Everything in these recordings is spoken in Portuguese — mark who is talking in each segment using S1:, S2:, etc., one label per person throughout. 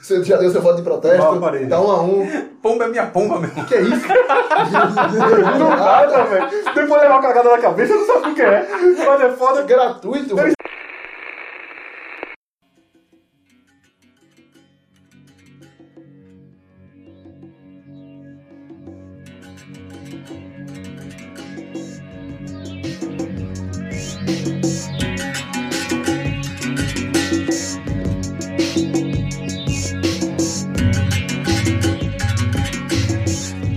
S1: Você já deu seu voto de protesto?
S2: Não, parei.
S1: Tá um a um.
S3: Pomba é minha pomba, meu irmão.
S1: Que é isso?
S2: Não nada, velho. Depois é uma cagada na cabeça, não sabe o que é. Mas é foda.
S1: Gratuito?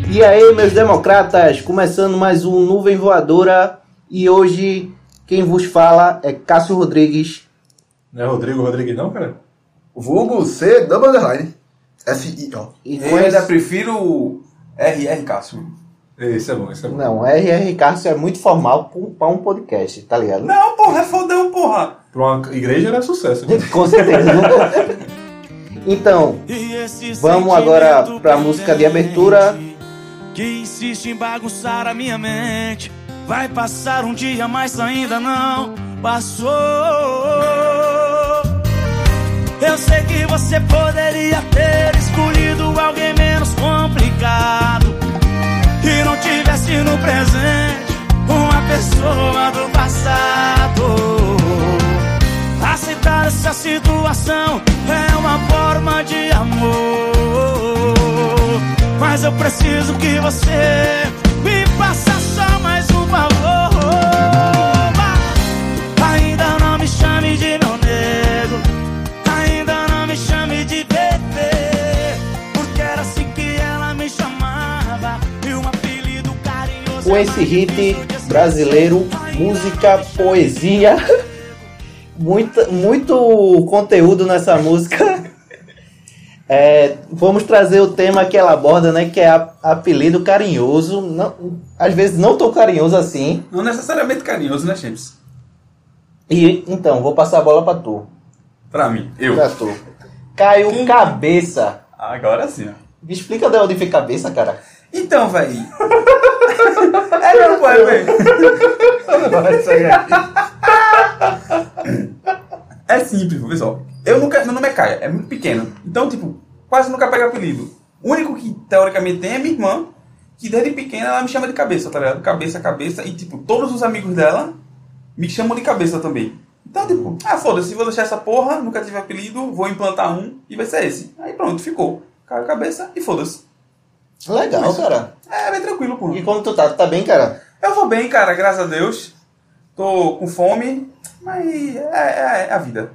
S4: E aí, meus democratas, começando mais um Nuvem Voadora. E hoje quem vos fala é Cássio Rodrigues.
S2: Não é Rodrigo Rodrigues, não, cara?
S1: Vulgo C, double underline. S-I, ó.
S4: E
S3: Eu ainda prefiro o RR Cássio.
S2: Isso é bom, isso é bom.
S4: Não, RR Cássio é muito formal para um podcast, tá ligado?
S3: Não, porra, é fodão, porra.
S2: Pra uma igreja era sucesso. né?
S4: Com certeza. então, Vamos agora pra música de abertura.
S5: Que insiste em bagunçar a minha mente. Vai passar um dia, mas ainda não passou. Eu sei que você poderia ter escolhido alguém menos complicado. E não tivesse no presente uma pessoa do passado. Aceitar essa situação é uma forma de amor. Mas eu preciso que você me faça só mais um favor. Ainda não me chame de meu nego. Ainda não me chame de bebê. Porque era assim que ela me chamava. E um apelido carinhoso.
S4: com esse hit brasileiro, música, poesia, muito, muito conteúdo nessa música. É, vamos trazer o tema que ela aborda, né? Que é a- apelido carinhoso. Não, às vezes não tão carinhoso assim.
S3: Não necessariamente carinhoso, né, James?
S4: E então, vou passar a bola pra tu.
S3: Pra mim, eu.
S4: Pra tu. Caio Cabeça.
S3: Agora sim, ó.
S4: Me explica de onde fica cabeça, cara.
S3: Então, véi. é meu pai, véi. É simples, pessoal. Eu nunca. Meu nome é Caia, é muito pequeno. Então, tipo, quase nunca pego apelido. O único que teoricamente tem é minha irmã, que desde pequena ela me chama de cabeça, tá ligado? Cabeça, cabeça. E, tipo, todos os amigos dela me chamam de cabeça também. Então, tipo, ah, foda-se, vou deixar essa porra, nunca tive apelido, vou implantar um e vai ser esse. Aí pronto, ficou. Caio cabeça e foda-se.
S4: Legal, cara.
S3: É bem tranquilo, porra.
S4: E como tu tá? Tu tá bem, cara?
S3: Eu vou bem, cara, graças a Deus. Tô com fome, mas é, é- é a vida.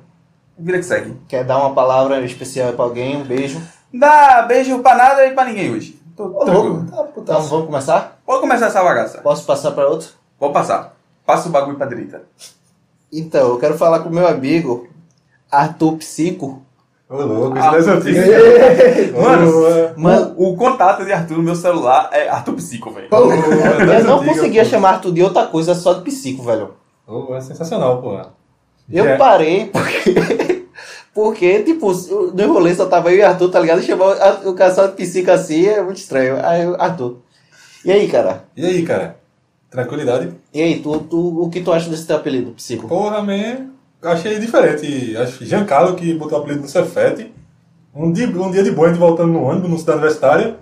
S3: Vida que segue.
S4: Quer dar uma palavra especial pra alguém? Um beijo.
S3: Dá beijo pra nada e pra ninguém hoje. Tô, tô tranquilo.
S1: tá
S4: Então vamos começar?
S3: Pode começar essa bagaça.
S4: Posso passar para outro?
S3: Vou passar. Passa o bagulho pra direita.
S4: Então, eu quero falar com meu amigo Arthur Psico.
S2: Ô, louco, isso não é notícia.
S1: Ei,
S3: Mano,
S4: Mano,
S3: Ah, o, o contato de Arthur no meu celular é Arthur Psico, velho.
S1: pô.
S4: eu não conseguia chamar Arthur de outra coisa, é só de Psico, velho.
S2: Ô, é sensacional, pô.
S4: Eu
S2: Já-
S4: parei porque, porque, tipo, no rolê só tava eu e Arthur, tá ligado? E chamar o Ar- o cara só de Psico assim é muito estranho. Aí, eu, Arthur. E aí, cara?
S2: E aí, cara? Tranquilidade?
S4: E aí, tu, tu, o que tu acha desse teu apelido, Psico?
S2: Porra, man. eu Achei diferente. Acho que Giancarlo que botou o apelido no Cefete. Um dia, um dia de boa, a gente voltando no ônibus, no Cidade Universitária.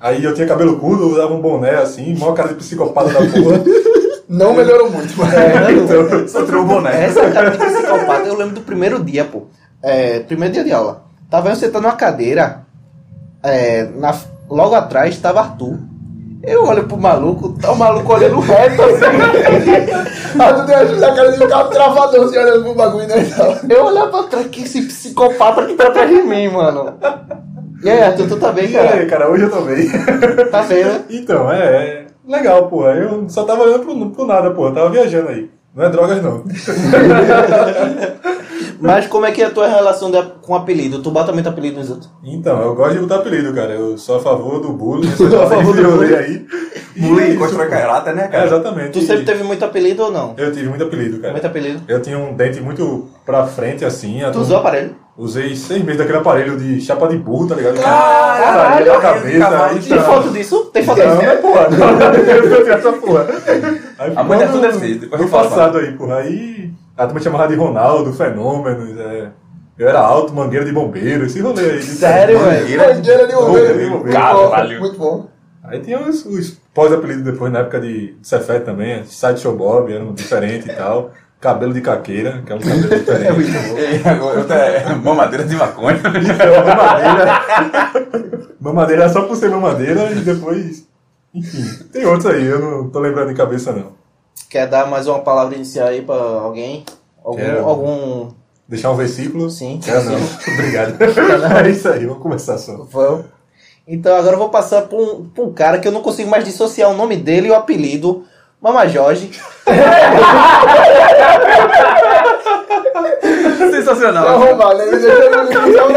S2: Aí eu tinha cabelo curto, eu usava um boné assim, mó cara de psicopata da porra.
S1: Não melhorou muito, mas...
S4: É,
S3: Então, só tirou o boné.
S4: Essa cara de psicopata, eu lembro do primeiro dia, pô. É, primeiro dia de aula. Tava eu sentado numa cadeira. é, na- logo atrás tava Arthur. Eu olho pro maluco, tá o maluco olhando reto assim.
S1: Ah, tu tem ajuda a cara de um carro travadão, assim, olhando pro bagulho, né, e tal.
S4: Eu olhava pra trás, que esse psicopata que tá atrás de mim, mano. E aí, Arthur, tu tá bem,
S2: E aí,
S4: cara?
S2: cara, hoje eu tô bem.
S4: Tá bem, né?
S2: Então, é, é legal, porra. Eu só tava olhando pro, pro nada, porra. Tava viajando aí. Não é drogas, não.
S4: Mas como é que é a tua relação de- com apelido? Tu bota muito apelido nos outros?
S2: Então, eu gosto de botar apelido, cara. Eu sou a favor do bullying. Eu
S4: Sou a favor do bullying.
S2: aí. E é
S3: Moleque,
S2: isso,
S3: contra a
S2: pô.
S3: carata, né,
S2: É,
S3: cara?
S2: exatamente.
S4: Tu sempre teve muito apelido ou não?
S2: Eu tive muito apelido, cara.
S4: Muito apelido.
S2: Eu tinha um dente muito pra frente, assim. a
S4: Tu
S2: turma-
S4: usou aparelho?
S2: Usei seis meses daquele aparelho de chapa de burro, tá ligado?
S3: Caralho,
S2: na
S3: de cavalo
S2: cabeça.
S3: de
S4: Tem
S2: então.
S4: foto disso? Tem foto
S2: Não,
S4: disso?
S2: mas porra, não. Eu tenho essa porra. Aí,
S3: A mãe da
S2: quando-
S3: tudo é feia, depois
S2: No
S3: eu falo,
S2: passado aí, porra. Aí a turma chamava de Ronaldo, Fenômenos, é... Eu era alto, mangueira de bombeiro, esse rolê aí. de-
S4: Sério, velho?
S1: Mangueira É, de
S2: de
S1: Oveiro.
S2: Oveiro.
S3: Caralho.
S1: Muito bom.
S2: Aí tinha os, os pós-apelidos depois, na época de, de Cefete também, Sideshow Bob, era um diferente e tal. Cabelo de caqueira, que é um cabelo
S1: É muito
S2: diferente.
S1: bom.
S3: É, agora outra é mamadeira de maconha.
S2: mamadeira. mamadeira é só por ser mamadeira e depois. Enfim, tem outros aí, eu não tô lembrando de cabeça não.
S4: Quer dar mais uma palavra inicial aí pra alguém? Algum.
S2: Quero.
S4: algum...
S2: Deixar um versículo?
S4: Sim.
S2: É, não. Obrigado. é isso aí, vamos começar só.
S4: Vamos. Então agora eu vou passar pra um, pra um cara que eu não consigo mais dissociar o nome dele e o apelido. Mama Jorge.
S1: Tá
S3: Sensacional.
S1: roubado, né? Deixa eu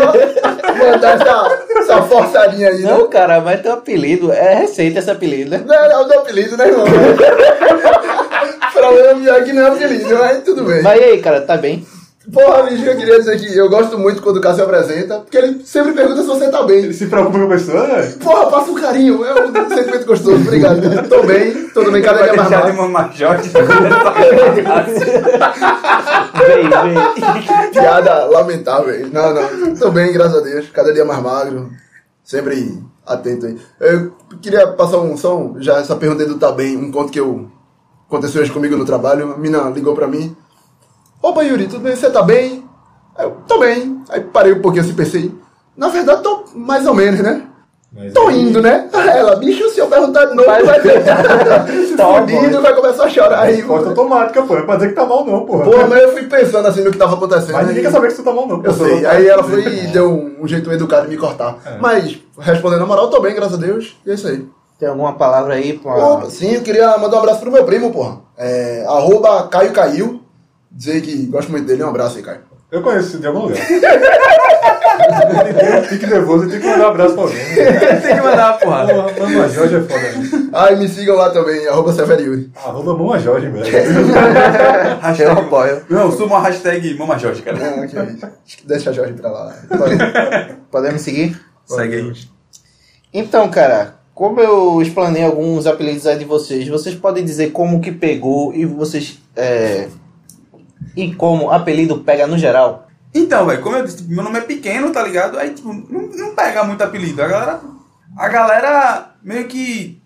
S1: mandar essa, essa forçadinha aí, né?
S4: Não, cara, mas teu apelido. É recente esse apelido, né?
S1: Não é o do apelido, né, irmão? Problema pior que não é apelido, mas tudo bem.
S4: Mas e aí, cara, tá bem?
S1: Porra, bicho, eu queria dizer é que eu gosto muito quando o Cássio apresenta, porque ele sempre pergunta se você tá bem.
S2: Ele se preocupa com a pessoa, né?
S1: Porra, passa um carinho, é um sentimento gostoso, obrigado. Tô bem, tô bem, cada
S3: Vai
S1: dia mais
S3: deixar de
S1: mal.
S3: mamar Jorge.
S4: Vem, vem.
S1: Piada lamentável. Não, não, tô bem, graças a Deus, cada dia mais magro, sempre atento aí. Eu queria passar um só, um- já essa pergunta aí do tá bem, um conto que eu aconteceu hoje comigo no trabalho, a mina ligou pra mim. Opa, Yuri, tudo bem? Você tá bem? Aí Eu, tô bem. Aí parei um pouquinho assim, pensei, na verdade, tô mais ou menos, né?
S2: Mas-
S1: Tô indo, né? Ela, bicho, se eu perguntar de novo, vai ver.
S4: Tá
S1: Fudido, vai começar a chorar aí.
S2: Resposta
S1: Porra,
S2: automática, pô. É pra dizer que tá mal não, porra.
S1: mas eu fui pensando assim no que tava acontecendo.
S2: Mas ninguém quer saber que você tá mal não. pô.
S1: Eu sei. Aí ela foi e deu um, um jeito educado de me cortar. Mas, respondendo na moral, tô bem, graças a Deus. E é isso aí.
S4: Tem alguma palavra aí pra.
S1: Opa, sim, eu queria mandar um abraço pro meu primo, porra. É, arroba Caio Caiu. Dizer que gosto muito dele. Um abraço aí, Caio.
S2: Eu conheço de algum lugar. Ele tem um pique nervoso, ele tem que mandar um abraço pra alguém.
S3: Tem que mandar uma porrada.
S2: Porra, Mama Jorge é foda. né?
S1: Ah, e me sigam lá também, arroba Severo Yuri.
S2: Arroba Mama Jorge, velho.
S4: Eu apoio.
S3: Não, suba uma hashtag Mama Jorge, cara.
S1: Não, que- Deixa a Jorge pra lá.
S4: Podemos seguir?
S3: Segue aí.
S4: Então, cara, como eu explanei alguns apelidos aí de vocês, vocês podem dizer como que pegou e vocês. é, e como apelido pega no geral?
S3: Então, velho, como eu disse, tipo, meu nome é pequeno, tá ligado? Aí, tipo, não, não pega muito apelido. A galera, a galera meio que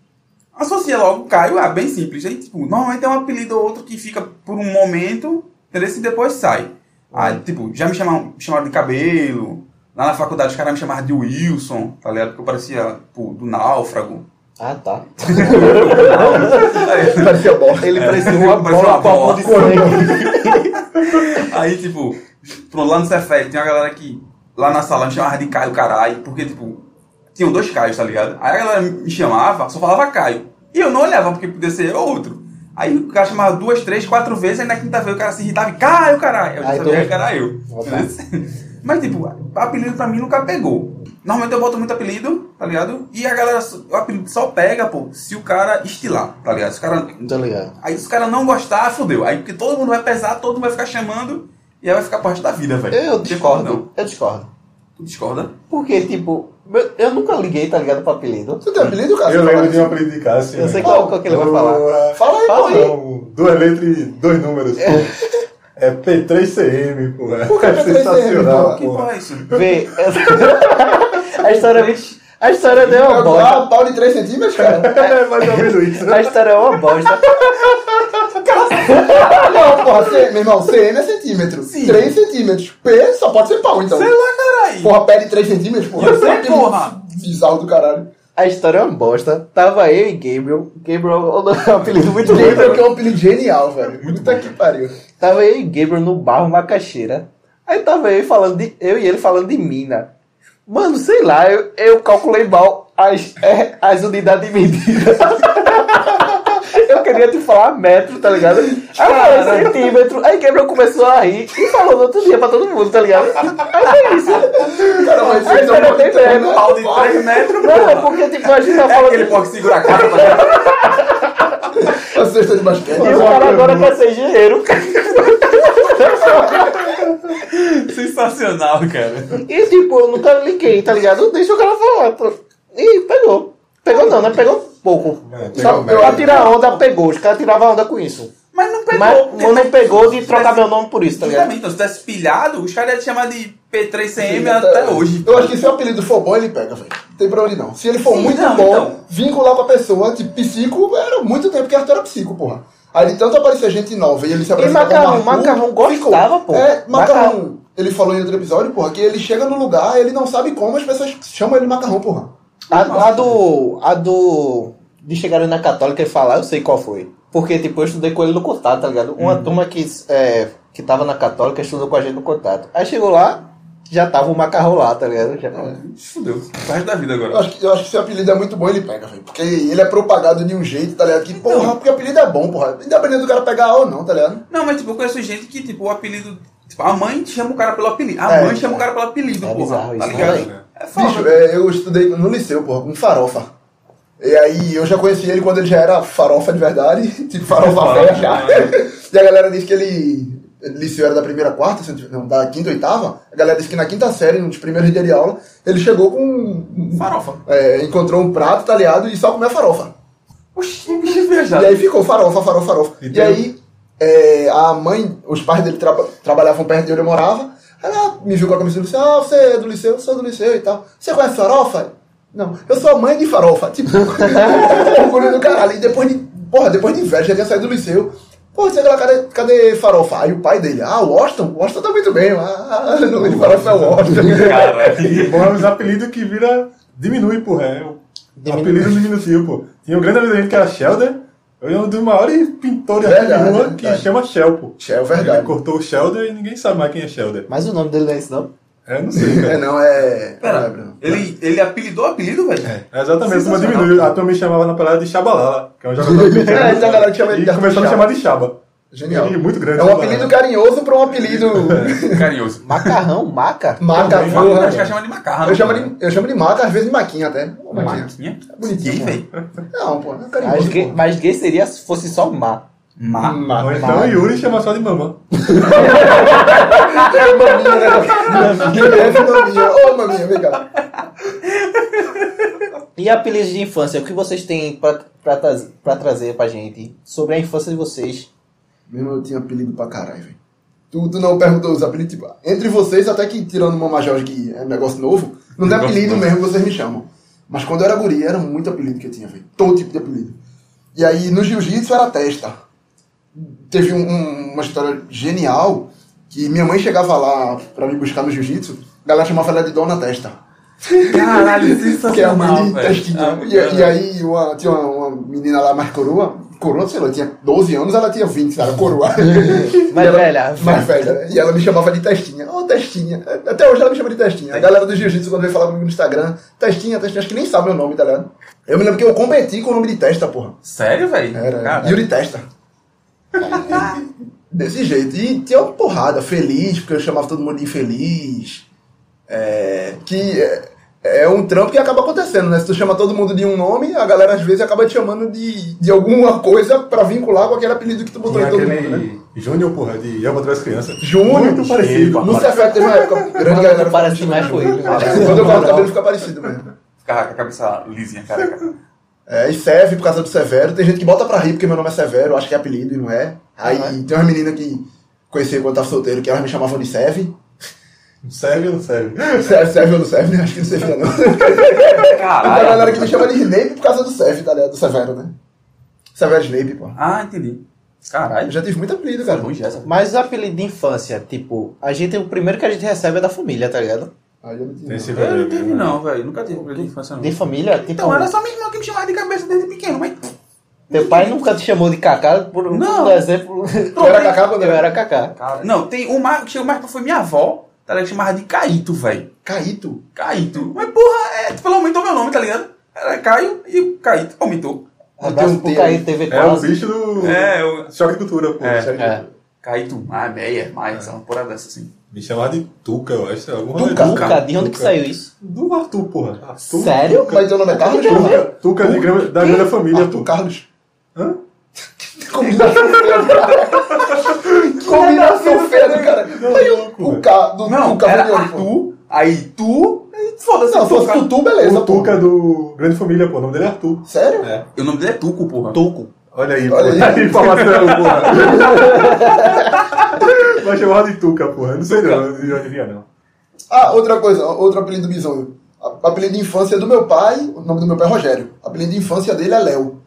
S3: associa logo o Caio, ah, bem simples. Aí, tipo, normalmente é um apelido ou outro que fica por um momento, entendeu? E depois sai. Aí, tipo, já me chamaram, me chamaram de cabelo. Lá na faculdade os caras me chamavam de Wilson, tá ligado? Porque eu parecia, tipo, do náufrago.
S4: Ah, tá.
S1: Parecia bom.
S4: Ele parecia
S3: uma
S4: uma
S3: Parecia bola
S4: bola
S3: uma com a bola. mão de
S4: de
S3: Aí, tipo, pronto, lá no Cefet tinha uma galera que lá na sala me chamava de Caio Caralho, porque, tipo, tinham dois Caios, tá ligado? Aí a galera me chamava, só falava Caio. E eu não olhava, porque podia ser eu ou outro. Aí o cara chamava duas, três, quatro vezes, aí na quinta vez o cara se irritava e Caio Caralho. Eu já
S4: Aí
S3: sabia
S4: tu-
S3: que era eu.
S4: Opa.
S3: Mas, tipo, apelido pra mim nunca pegou. Normalmente eu boto muito apelido, tá ligado? E a galera, só- o apelido só pega, pô, se o cara estilar, tá ligado? Se o cara
S4: Tô ligado.
S3: Aí se o cara não gostar, fodeu. Aí porque todo mundo vai pesar, todo mundo vai ficar chamando e aí vai ficar parte da vida, velho.
S4: Eu
S3: Não tem como, Não.
S4: discordo. Eu discordo.
S3: Tu discorda?
S4: Porque, tipo, meu- eu nunca liguei, tá ligado, pra apelido.
S1: Você tem apelido, cara?
S2: Eu lembro de um apelido de Cássio.
S4: Eu sei
S2: velho.
S4: qual, qual que ele vai falar.
S2: Boa.
S1: Fala aí,
S4: Fala
S1: pô. aí.
S2: São é, um, duas letras e dois números. pô. É P3CM, pô.
S1: Por que
S2: É
S1: P3CM,
S2: sensacional,
S1: pô?
S3: Que
S2: pô.
S3: porra é isso?
S4: Vê. a história. A história deu uma bosta.
S1: Ah, pau de 3 centímetros, cara.
S2: É mais ou menos isso.
S4: A história é uma bosta.
S1: Não, porra, C, meu irmão, CM é centímetro. 3 centímetros. P só pode ser pau, então.
S3: Sei lá, caralho.
S1: Porra, pé de 3 centímetros, porra. é um
S3: Eu sei, porra.
S1: Bizarro do caralho.
S4: A história é uma bosta. Tava eu e Gabriel. Gabriel é um apelido muito
S1: Gabriel
S4: bom.
S1: que é um apelido genial, velho. Puta que pariu.
S4: Tava eu e Gabriel no barro Macaxeira. Aí tava eu, falando de, eu e ele falando de mina. Mano, sei lá, eu, eu calculei mal as, é, as unidades de medida. Eu queria te falar metro, tá ligado? Aí eu falei centímetro. Aí Gabriel começou a rir e falou no outro dia pra todo mundo, tá ligado? Aí é isso.
S1: Cara, mas
S4: A
S1: vocês são
S4: história tem
S1: muito bom, né?
S4: merda.
S3: é um Pau de 3 metros,
S4: Não, é
S3: porra.
S4: porque tipo, a gente tá
S3: É
S4: falando.
S3: aquele pó que segura a cara, tá ligado?
S1: Vocês estão de basquete.
S4: E o cara agora é quer ser engenheiro.
S3: é Sensacional, cara.
S4: E tipo, eu nunca liguei, tá ligado? Deixa o cara falar. pô. E pegou. Pegou não, né? Pegou pouco.
S2: É,
S4: Só
S2: pegou merda.
S4: pra tirar onda, pegou. Os caras tiravam onda com isso.
S3: Mas não pegou.
S4: Mas
S3: porque
S4: não
S3: não-
S4: pegou de trocar
S3: tivesse-
S4: meu nome por isso, tá ligado?
S3: Justamente, então, se tivesse pilhado, os caras iam te chamar de P3CM
S1: Sim,
S3: até, hoje.
S1: é Eu acho que se é o apelido for bom, ele pega, velho. Não tem pra onde não. Se ele for
S3: Sim,
S1: muito
S3: não,
S1: bom,
S3: então.
S1: vincular com a pessoa, tipo, psico, era muito tempo que Arthur era psico, porra. Aí de tanto aparecer gente nova e ele se apresentava
S4: macarrão,
S1: como Arthur,
S4: macarrão gostava, porra.
S1: É, macarrão.
S4: Macarrão.
S1: Ele falou em outro episódio, porra, que ele chega no lugar, ele não sabe como, as pessoas chamam ele de macarrão, porra.
S4: A, a do. A do. De chegarem na Católica e falar, eu sei qual foi. Porque, tipo, eu estudei com ele no contato, tá ligado? Uma
S3: Uhum.
S4: turma que, é, que tava na Católica estudou com a gente no contato. Aí chegou lá, já tava o macarrão lá, tá ligado? Já-
S3: É. Fudeu. O resto da vida
S1: Eu
S3: agora.
S1: acho, que, eu acho que se o apelido é muito bom, ele pega, velho. Porque ele é propagado de um jeito, tá ligado? Que, porra, porque o apelido é bom, porra. Independente do cara pegar ou não, tá ligado?
S3: Não, mas tipo, eu conheço gente que, tipo, o apelido. Tipo, a mãe chama o cara pelo apelido. A
S1: É,
S3: mãe chama o cara pelo apelido,
S4: é
S3: porra.
S4: bizarro
S3: tá
S4: isso,
S3: ligado?
S2: né?
S3: É foda.
S1: Bicho, é, eu estudei no liceu, porra, com farofa. E aí eu já conheci ele quando ele já era farofa de verdade, tipo farofa
S2: Farofa,
S1: velha já. né? E a galera diz que ele. Liceu era da primeira quarta, se eu não tiver- não, da quinta oitava. A galera diz que na quinta série, nos primeiros dias de aula, ele chegou com. um-
S3: Farofa.
S1: É, encontrou um prato, tá ligado? E só comeu farofa.
S3: Oxi, que bicho é
S1: E
S3: viajado.
S1: aí ficou farofa, farofa, farofa. E,
S2: Entendeu?
S1: aí é, a mãe, os pais dele traba- trabalhavam perto de onde eu morava. Ela me viu com a camisa do liceu. Ah, você é do liceu? Sou do liceu e tal. Você conhece farofa? Não. Eu sou a mãe de farofa. Tipo, orgulho do caralho. E depois de, porra, depois de inveja, já tinha saído do liceu. Pô, sei lá, cadê, cadê farofa? Aí o pai dele, ah, o Washington? O Washington tá muito bem. Ah, o nome de farofa é o Washington.
S2: E bom, é um apelido que vira. diminui, porra. É um
S4: Diminui.
S2: apelido diminutivo, pô. Tinha um grande amigo da gente que era Shelder. Ele é um dos maiores pintores aqui de
S1: Verdade,
S2: rua que
S1: verdade.
S2: chama Shell, pô.
S1: Shell,
S2: Ele
S1: verdade.
S2: cortou o Shelder e ninguém sabe mais quem é Shelder.
S4: Mas o nome dele não é esse, não?
S2: É, não
S1: É,
S2: sei,
S1: não,
S2: cara.
S1: é... não é,
S3: Pera,
S1: Bruno.
S3: ele, ele apelidou o apelido, velho?
S2: É, exatamente, como
S3: Sensacional.
S2: diminuiu. A turma me chamava na pelada de Chabalala, que é um jogador do
S1: É, essa galera que chama ele
S2: E
S1: de Arthur
S2: começou a me
S1: Chaba.
S2: chamar de Chaba.
S1: Genial.
S2: Ele é muito grande,
S1: É um
S2: né,
S1: apelido
S2: mano?
S1: carinhoso pra um apelido
S3: Carinhoso.
S4: Macarrão, maca?
S1: maca.
S2: Também,
S1: porra.
S3: É. Mas Os caras chamam de macarrão. né?
S1: Eu chamo, de, eu chamo de maca, às vezes de maquinha até. Maquinha.
S3: Maquinha?
S1: Bonitinho,
S3: Gay,
S1: mano.
S3: velho.
S1: Não, pô, é
S4: Mas
S1: carinhoso.
S4: gay,
S1: pô.
S4: mas gay seria se fosse só má.
S3: Ma-
S2: Ou
S1: Maca.
S2: então o Yuri chama só de mamã.
S1: É maminha, né? Guilherme maminha. Ô, maminha, vem cá.
S4: E apelidos de infância, o que vocês têm pra, pra, traz- pra trazer pra gente sobre a infância de vocês?
S1: Meu irmão, eu tinha apelido pra caralho, velho. Tu, tu não perguntou os apelidos, tipo, entre vocês, até que tirando uma Major que é um negócio novo, não tem
S3: Negócio
S1: apelido
S3: novo.
S1: mesmo, vocês me chamam. Mas quando eu era guri, era muito apelido que eu tinha, velho. Todo tipo de apelido. E aí, no jiu-jitsu era testa. Teve um- um- uma história genial que minha mãe chegava lá pra me buscar no jiu-jitsu, a galera chamava ela de Dona Testa.
S3: Caralho,
S1: Que é uma
S3: sensacional,
S1: menina
S3: velho.
S1: testinha. E,
S3: né?
S1: e aí uma, tinha uma, uma menina lá mais coroa. Coroa, sei lá, tinha 12 anos, ela tinha 20, era coroa.
S4: Mas,
S1: E ela-
S4: velha,
S1: Mais velha. né? E ela me chamava de testinha. Ô, testinha. Até hoje ela me chama de testinha. A galera do jiu-jitsu, quando veio falar comigo no Instagram, testinha, testinha, acho que nem sabe meu nome, tá ligado? Eu me lembro que eu competi com o nome de testa, porra.
S3: Sério, velho?
S1: Era,
S3: Cara,
S1: era. Yuri Testa. Desse jeito. E tinha uma porrada, feliz, porque eu chamava todo mundo de infeliz. É, que é, é um trampo que acaba acontecendo, né? Se tu chama todo mundo de um nome, a galera às vezes acaba te chamando de, de alguma coisa pra vincular com aquele apelido que tu botou
S2: Tinha
S1: em todo
S2: aquele
S1: mundo, né?
S2: Júnior, porra, de Eu Vou Trás Criança.
S1: Júnior,
S2: Muito parecido.
S1: No Cefete teve uma época grande que a galera.
S4: parece mais com ele. né?
S1: Quando eu corto o cabelo fica parecido mesmo.
S3: ficava com a cabeça lisinha, careca.
S1: É, e serve por causa do Severo. Tem gente que bota pra rir porque meu nome é Severo, eu acho que é apelido e não é. Aí tem umas meninas que conheci quando tava solteiro que elas me chamavam de Seve.
S2: Serve ou não serve?
S1: Serve, serve ou não serve, né? Acho que não servia não. Tem uma galera que
S3: Caralho.
S1: me chama de Snape por causa do Seve, tá ligado? Do Severo, né? Severo é Snape, pô.
S3: Ah, entendi.
S1: Eu
S3: Caralho.
S1: já tive muito apelido, cara.
S3: Ruim já essa.
S4: Mas o apelido de infância, tipo, a gente, o primeiro que a gente recebe é da família, tá ligado?
S1: Aí eu não tive.
S2: Tem esse né?
S1: não.
S3: Eu
S2: velho.
S3: não tive, não, velho. Nunca tive apelido de infância, não.
S4: De família, tipo,
S3: Então, era só minha irmã que me chamava de cabeça desde pequeno, mas.
S4: teu pai nunca te chamou de Cacá, por um
S3: Não.
S4: por exemplo.
S1: Tu era Cacá quando
S4: Eu era Cacá.
S3: Cara, não, tem o Marco, chegou o Marco foi minha avó, tá ligado? Que chamava de Caíto, velho.
S1: Caíto.
S3: Caíto. Mas porra, é, pelo aumentou meu nome, tá ligado? Era Caio e Caíto aumentou.
S4: Abraço pro
S1: tenho-
S4: Caí, TV
S2: É o
S4: Quase.
S2: bicho do.
S3: É, o-
S2: Choque de cultura, pô.
S3: É.
S2: Choque de
S4: É.
S2: cultura.
S3: Caíto, ah, Meia, mais, uma porra dessa assim.
S2: Me chamar de Tuca, eu acho. é Alguma
S4: Tuca,
S2: coisa. assim.
S4: Tuca, de onde que saiu isso?
S2: Do Arthur, porra. Arthur.
S4: Sério?
S1: Mas teu nome é Carlos?
S4: Tuca.
S1: Porra.
S2: Tuca, Tuca de grande- da grande família,
S1: Arthur
S2: pô.
S1: Carlos.
S2: é Hã?
S1: Combinação feia do cara. Combinação feia do cara.
S2: Não,
S1: Aí o-
S2: louco,
S1: o
S2: velho.
S1: K do
S3: Não,
S1: do K
S3: era
S1: vem de onde, pô?
S3: Arthur, aí tu, aí foda-se.
S1: Não, se fosse
S3: Tuca.
S1: Tutu, beleza,
S2: O Tuca do Grande Família, pô. O nome dele é Arthur.
S1: pô. Sério?
S2: É.
S3: E O nome dele é Tuco, porra.
S4: Tuco.
S2: Olha aí,
S1: Olha
S2: porra.
S1: aí.
S2: Informação, porra. Vai chamar de Tuca, porra. Não sei não, de onde vinha, não.
S1: Ah, outra coisa, outro apelido bizonho. A- Apelido de infância do meu pai, o nome do meu pai é Rogério. Apelido de infância dele é Léo.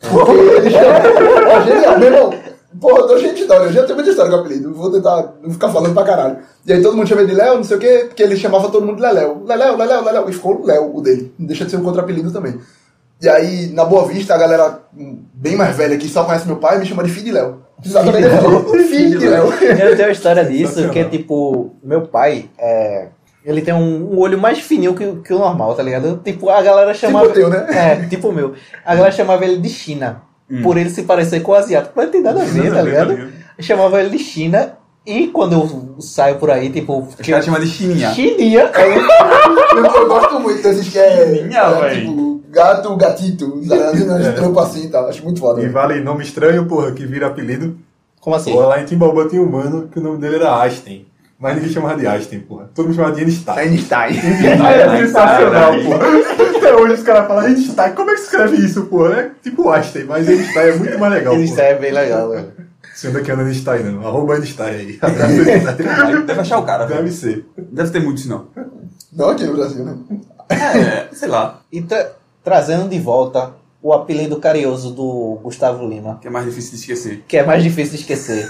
S1: Porque ele chama. Rogério, meu irmão. Porra, eu tô cheio de história, eu já tenho muita história com apelido. Vou tentar não ficar falando pra caralho. E aí todo mundo chama ele de Léo, não sei o quê, porque ele chamava todo mundo de Leléu. Leléu, Leléu, Leléu. E ficou Léo, o dele. Não deixa de ser um contra-apelido também. E aí, na Boa Vista, a galera hum, bem mais velha que só conhece meu pai me chama de filho de Léo. Exatamente, ele falou, filho de Léo.
S4: Eu tenho uma história disso, que é
S2: Sensacional.
S4: tipo, meu pai, é, ele tem um, um olho mais fininho que, o- que o normal, tá ligado? Tipo, a galera chamava.
S1: o teu, né?
S4: É, tipo o meu. A galera chamava ele de China. Por ele se parecer com o asiático. Mas não tem nada a ver, tá ligado? Chamava ele de China. E quando eu saio por aí, tipo,
S3: Os caras chamam de chininha.
S4: Chininha.
S1: Eu, eu gosto muito desses que é,
S3: Minha,
S1: é
S3: véi.
S1: tipo gato, gatito,
S2: É.
S1: é. trampo assim, tá? Acho muito foda.
S2: E
S1: velho.
S2: vale nome estranho, porra, que vira apelido.
S4: Como assim?
S2: Porra, lá em Timbaúba tinha um mano que o nome dele era Einstein. Mas ninguém chamava de Einstein, porra. Todo mundo chamava de Einstein.
S1: tá.
S3: Tá
S1: Einstein.
S2: É
S3: né?
S2: sensacional,
S3: Einstein.
S2: porra. Até hoje os caras falam Einstein. Como é que se escreve isso, porra? É tipo Einstein, mas Einstein é muito mais legal,
S4: Isso
S2: porra.
S4: é bem legal, velho.
S2: Você anda que anda é Einstein, não. Arroba Einstein aí. Abraço Einstein.
S3: Caralho, Deve achar o cara,
S2: Deve
S3: velho.
S2: ser.
S3: Deve ter muitos, não.
S1: Não aqui no Brasil, né?
S3: É, sei lá.
S4: E tra- trazendo de volta o apelido carinhoso do Gustavo Lima.
S3: Que é mais difícil de esquecer.
S4: que é mais difícil de esquecer.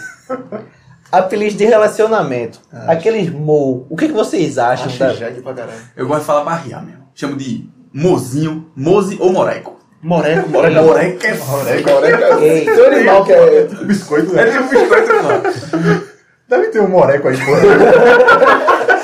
S4: Apelidos de relacionamento. Aqueles mo. O que, que vocês acham? da...
S1: jegue pra caralho.
S3: Eu gosto de falar pra riar mesmo. Chamo de mozinho, moze ou moreco.
S4: Moreco,
S2: Moreca é foda.
S1: Agora, cara,
S4: Ei.
S1: seu animal que é.
S2: Biscoito,
S3: É
S2: né?
S3: tipo biscoito, mano.
S2: Deve ter um moreco aí, porra.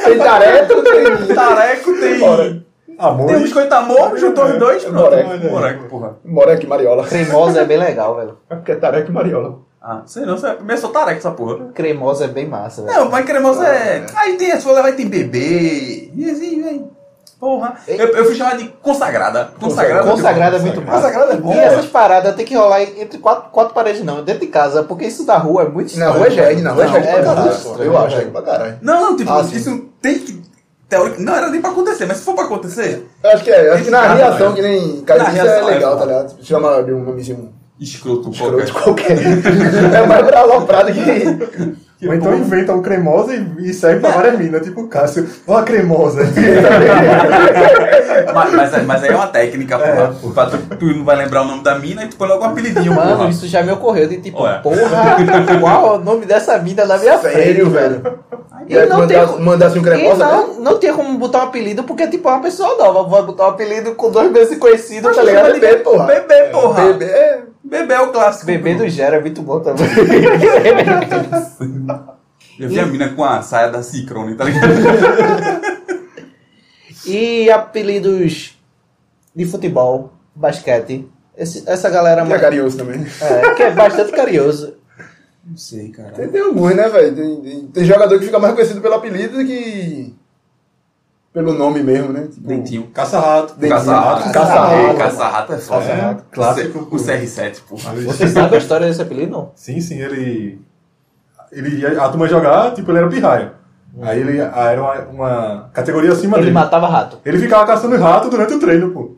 S1: Tem tareto, tem.
S3: Tareco tem.
S1: Moreco.
S2: Amor.
S3: Tem um biscoito amor, juntou os
S2: É,
S3: dois, pronto.
S1: Moreco.
S3: Moreco, porra.
S1: Moreque Mariola.
S4: Cremosa é bem legal, velho.
S1: Que é tareco e Mariola.
S3: Ah, sei não, sei- primeiro sou tareco essa porra.
S4: Cremosa é bem massa, velho.
S3: Não, mas cremosa é. Aí tem a sua, vai tem bebê. E assim, velho. Porra.
S4: Ei.
S3: Eu, eu fui chamar de consagrada. Consagrada. tipo,
S4: Consagrada é muito massa.
S1: Consagrada é bom,
S4: E essas paradas tem que rolar entre quatro, quatro paredes, não. Dentro de casa, porque isso da rua é muito
S1: Na
S4: estranho.
S1: rua é jegue, na rua é
S4: Não,
S1: jegue
S4: é
S1: pra caralho.
S4: muito
S1: pô.
S4: estranho,
S1: Eu acho é.
S4: velho.
S1: jegue pra caralho.
S3: Não, não, tipo,
S1: Ah, sim.
S3: isso tem que. Teórico, não era nem pra acontecer, mas se for pra acontecer,
S1: Eu acho que é. Eu acho que na
S3: Esse cara,
S1: reação,
S3: velho.
S1: que nem
S3: Na
S1: Caio disse, é
S3: reação, é
S1: legal,
S3: bom.
S1: tá ligado? Chama de um nomezinho
S3: escroto,
S1: escroto
S3: qualquer.
S1: qualquer. É mais pra aloprado que.
S2: Ou então inventa um cremosa e, e serve pra várias minas, tipo o Cássio. Ó a cremosa.
S3: Mas, mas, mas aí é uma técnica, porra. Pra tu, tu não vai lembrar o nome da mina e tu põe logo um apelidinho,
S4: Mano,
S3: porra.
S4: isso já me ocorreu de tipo,
S3: Olha.
S4: porra, qual é o nome dessa mina na minha
S1: É Sério,
S4: frente?
S1: velho. E
S4: Eu
S1: aí,
S4: não
S1: mandasse,
S4: tenho-
S1: mandasse um
S4: E
S1: cremosa, né?
S4: não, não tinha como botar um apelido, porque tipo, é uma pessoa nova. Vai botar um apelido com dois meses conhecido, tá ligado?
S1: Bebê, porra.
S3: Bebê, porra.
S1: Bebê é.
S3: Bebê é o clássico.
S4: Bebê do Gera é muito bom também.
S3: Eu vi a mina com a saia da Cicrone, tá ligado?
S4: e apelidos de futebol, basquete. Esse- essa galera
S1: Que é
S4: mais-
S1: carinhoso também.
S4: é, que é bastante carinhoso.
S3: Não sei, cara.
S1: Tem, tem alguns, né, velho? Tem, tem, tem jogador que fica mais conhecido pelo apelido do que pelo nome mesmo, né? Tipo,
S3: Dentinho.
S2: Caça-rato.
S3: Caça-rato.
S1: Caça-rato.
S3: Caça-rato. Caça-rato é foda.
S2: Caça-rato,
S3: O C-
S2: clássico,
S3: O
S2: porra.
S3: CR7, porra.
S4: Vocês sabem a história desse apelido? Não.
S2: Sim, sim, ele. ele a turma jogava, tipo, ele era pirraia. Aí ele ah, era uma, uma categoria acima
S4: Ele
S2: dele.
S4: matava rato.
S2: Ele ficava caçando rato durante o treino, pô.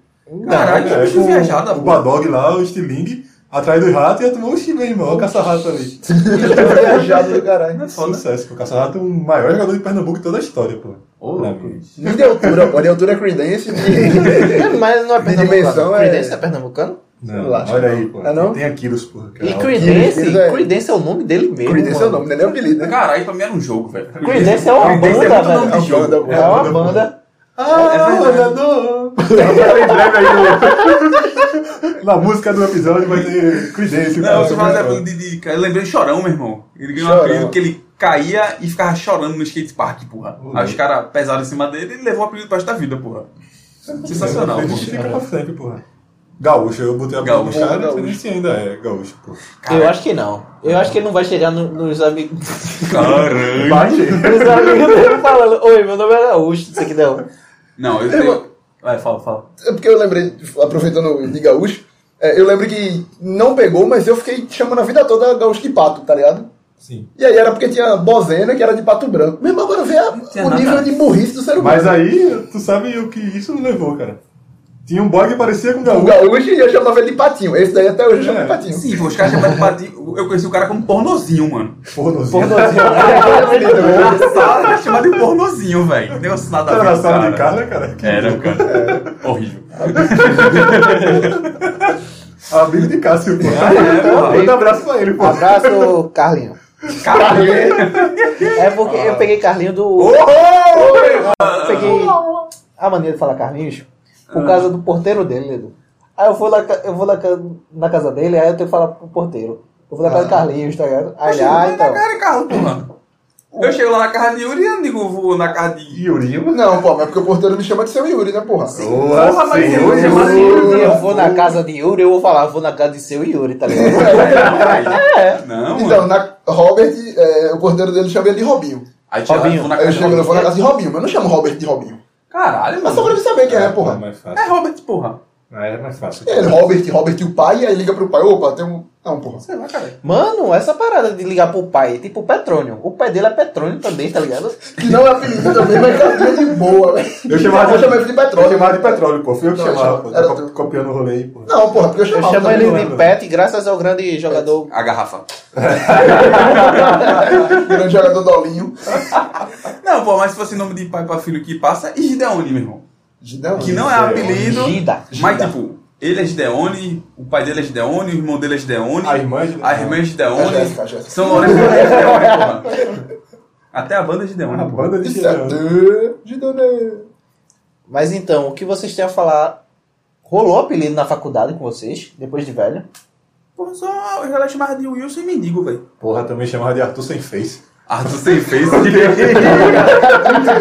S3: Caralho, que
S2: É,
S3: bicho
S2: com
S3: viajado,
S2: O
S3: porra.
S2: Badog lá, o Stiling, atrás do rato e a turma, oxi, meu irmão, ó o caça-rato ali.
S1: é viajado do caralho.
S3: É foda.
S2: Sucesso, pô. O caça-rato é o maior jogador de Pernambuco de toda a história, pô.
S3: Ô,
S2: Pra
S3: louco,
S2: mim.
S1: Nem de altura, pô. De altura é Creedence. de-
S4: É, Mas não é
S1: De
S4: pernambucano.
S1: dimensão é-
S4: Creedence é pernambucano?
S3: um
S2: Não,
S1: lá, acho
S2: olha
S1: que
S2: aí,
S1: não.
S2: pô.
S3: É
S1: Ah, não?
S2: Tem Aquiles, porra. cara.
S4: E Creedence,
S1: Creedence é-
S4: Creedence é o nome dele mesmo.
S1: Creedence é o
S4: mano.
S1: nome, não é nem apelido, né?
S3: Caralho, pra mim era um jogo, velho.
S4: Creedence é uma
S3: Creedence é
S4: banda,
S3: muito nome
S4: velho.
S3: de jogo.
S4: É uma banda.
S2: Ah,
S3: É verdade.
S2: olhador! em breve aí no- na música do episódio vai ter Creedence.
S3: Não, é
S2: cara.
S3: você fala da- de, de, cara, Eu lembrei do Chorão, meu irmão. Ele ganhou um
S1: Chorão.
S3: apelido que ele caía e ficava chorando no skatepark, porra.
S2: Uhum.
S3: Aí os caras pesaram em cima dele e ele levou o apelido pro resto da vida, porra. Sensacional,
S2: Ele
S3: porra.
S2: fica pra sempre, porra. Gaúcho, eu botei a boca no
S3: Gaúcho.
S2: cara, não sei nem se ainda é gaúcho, porra.
S4: Eu acho que não. Eu acho que ele não vai chegar no- nos amigos.
S3: Caralho.
S2: Vai, gente.
S4: Os amigos dele falando, oi, meu nome é Gaúcho, isso aqui não.
S3: Não, eu tenho. Vai, fala, fala.
S1: É porque eu lembrei, aproveitando de gaúcho, é, eu lembro que não pegou, mas eu fiquei chamando a vida toda gaúcho de pato, tá ligado?
S2: Sim.
S1: E aí era porque tinha bozena, que era de pato branco. Mesmo agora vê a-
S3: tinha
S1: o
S3: nada.
S1: nível de burrice do ser humano.
S2: Mas aí, tu sabe o que isso levou, cara. Tinha um boy que parecia com
S1: O
S2: gaúcho.
S1: gaúcho e eu chamava ele de patinho. Esse daí até hoje eu chamo de
S2: É.
S1: patinho.
S3: Sim, os caras chamam de patinho. Eu conheci o cara como pornozinho, mano.
S2: Pornozinho.
S3: Engraçado, ele chamava de pornozinho, velho. Um Negócio nada a
S2: Tá
S3: ver
S2: na
S3: com o
S2: sala de
S3: cara.
S2: casa, cara. Que
S3: Era, cara. Horrível.
S2: Amigo de Cássio, pô. Manda um abraço pra ele, pô.
S4: Abraço, Carlinho.
S3: Caralho.
S4: É porque eu peguei Carlinho do. Eu peguei a mania de falar Carlinhos por causa do porteiro dele, Edu. Aí eu vou lá, ca- eu vou lá ca- na casa dele, aí eu tenho que falar pro porteiro. Eu vou na casa do Carlinhos, tá ligado? Aí, ah, então.
S3: Cara, é carro, porra. Eu chego lá na casa de Yuri e eu digo, vou na casa de Yuri.
S1: Não, pô, mas porque o porteiro me chama de seu Yuri, né, porra?
S3: Porra, mas
S2: sim.
S3: eu vou
S4: Eu,
S3: chamar de
S4: eu,
S3: Yuri.
S4: vou na casa de Yuri, eu vou falar, eu vou na casa de seu Yuri, tá ligado?
S3: É, Não, mano.
S1: Então, na Robert, é, o porteiro dele chama ele de Robinho.
S3: Aí tinha
S4: Robinho.
S3: lá, na
S1: Aí eu
S3: casa de
S1: chego, eu
S3: Robinho.
S1: vou na casa de Robinho, mas eu não chamo Robert de Robinho.
S3: Caralho,
S1: Mas só pra
S3: mano.
S1: ele saber quem é, porra.
S2: mais fácil.
S3: É Robert, porra.
S2: É mais fácil.
S1: Ele, Robert, Robert e o pai, aí liga pro pai, opa, tem um... Não, porra.
S3: Sei lá, cara.
S4: Mano, essa parada de ligar pro pai, tipo Petrônio. O pai dele é Petrônio também, tá ligado?
S1: Que não é apelido também, mas carinha de boa, velho.
S2: Eu chamava,
S1: eu chamava ele de
S2: Eu
S1: petróleo.
S2: chamava de petróleo, pô. Fui eu que
S1: Não,
S2: chamava,
S1: eu
S2: pô.
S1: chamava- era
S2: Tá
S1: tu.
S2: copiando o rolê aí, pô.
S1: Não, porra, porque eu
S4: Eu
S1: chamava.
S4: chamo
S1: também. né?
S4: ele
S2: não
S4: de
S2: lembro.
S4: um Pet, graças ao grande jogador.
S3: A garrafa.
S1: Grande um jogador Dolinho.
S3: Não, pô, mas se fosse nome de pai pra filho que passa, e Gideone, meu irmão.
S1: Gideão.
S3: Que não é
S2: Gideone.
S3: apelido.
S4: Gida.
S3: Mas, tipo, ele é Gideone, o pai dele é Gideone, o irmão dele é Gideone.
S2: A irmã é Gideone.
S3: A irmã é
S1: É
S3: Gideone.
S1: Jéssica, é Jéssica.
S3: São Lourenço é Gideone, porra. Até a banda é Gideone,
S2: A
S3: porra.
S2: banda de Gideão.
S1: Gideão. Gideão.
S4: Mas então, o que vocês têm a falar? Rolou apelido na faculdade com vocês, depois de velho?
S3: Porra, só eu já chamava de Wilson e mendigo, velho.
S2: Porra, também chamava de Arthur Sem Face.
S3: Arthur sem face. Muito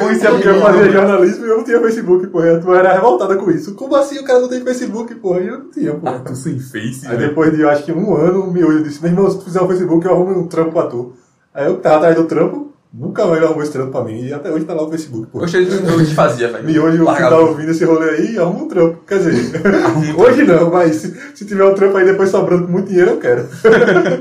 S3: bom isso é
S2: Porque eu fazia jornalismo e eu não tinha Facebook, porra. A turma era revoltada com isso. Como assim o cara não tem Facebook, porra? E eu não tinha, porra.
S3: Arthur sem face,
S2: Aí
S3: velho.
S2: depois de, eu acho que um ano, o Miúdo disse, meu irmão, se tu fizer um Facebook, eu arrumo um trampo pra tu. Aí eu que tava atrás do trampo, nunca mais ele arrumou esse trampo pra mim. E até hoje tá lá o Facebook, porra.
S3: Eu cheguei de eu desfazia, velho.
S2: E hoje você tá ouvindo esse rolê aí, arruma um trampo. Quer dizer, hoje não, mas se, se tiver um trampo aí depois sobrando com muito dinheiro, eu quero.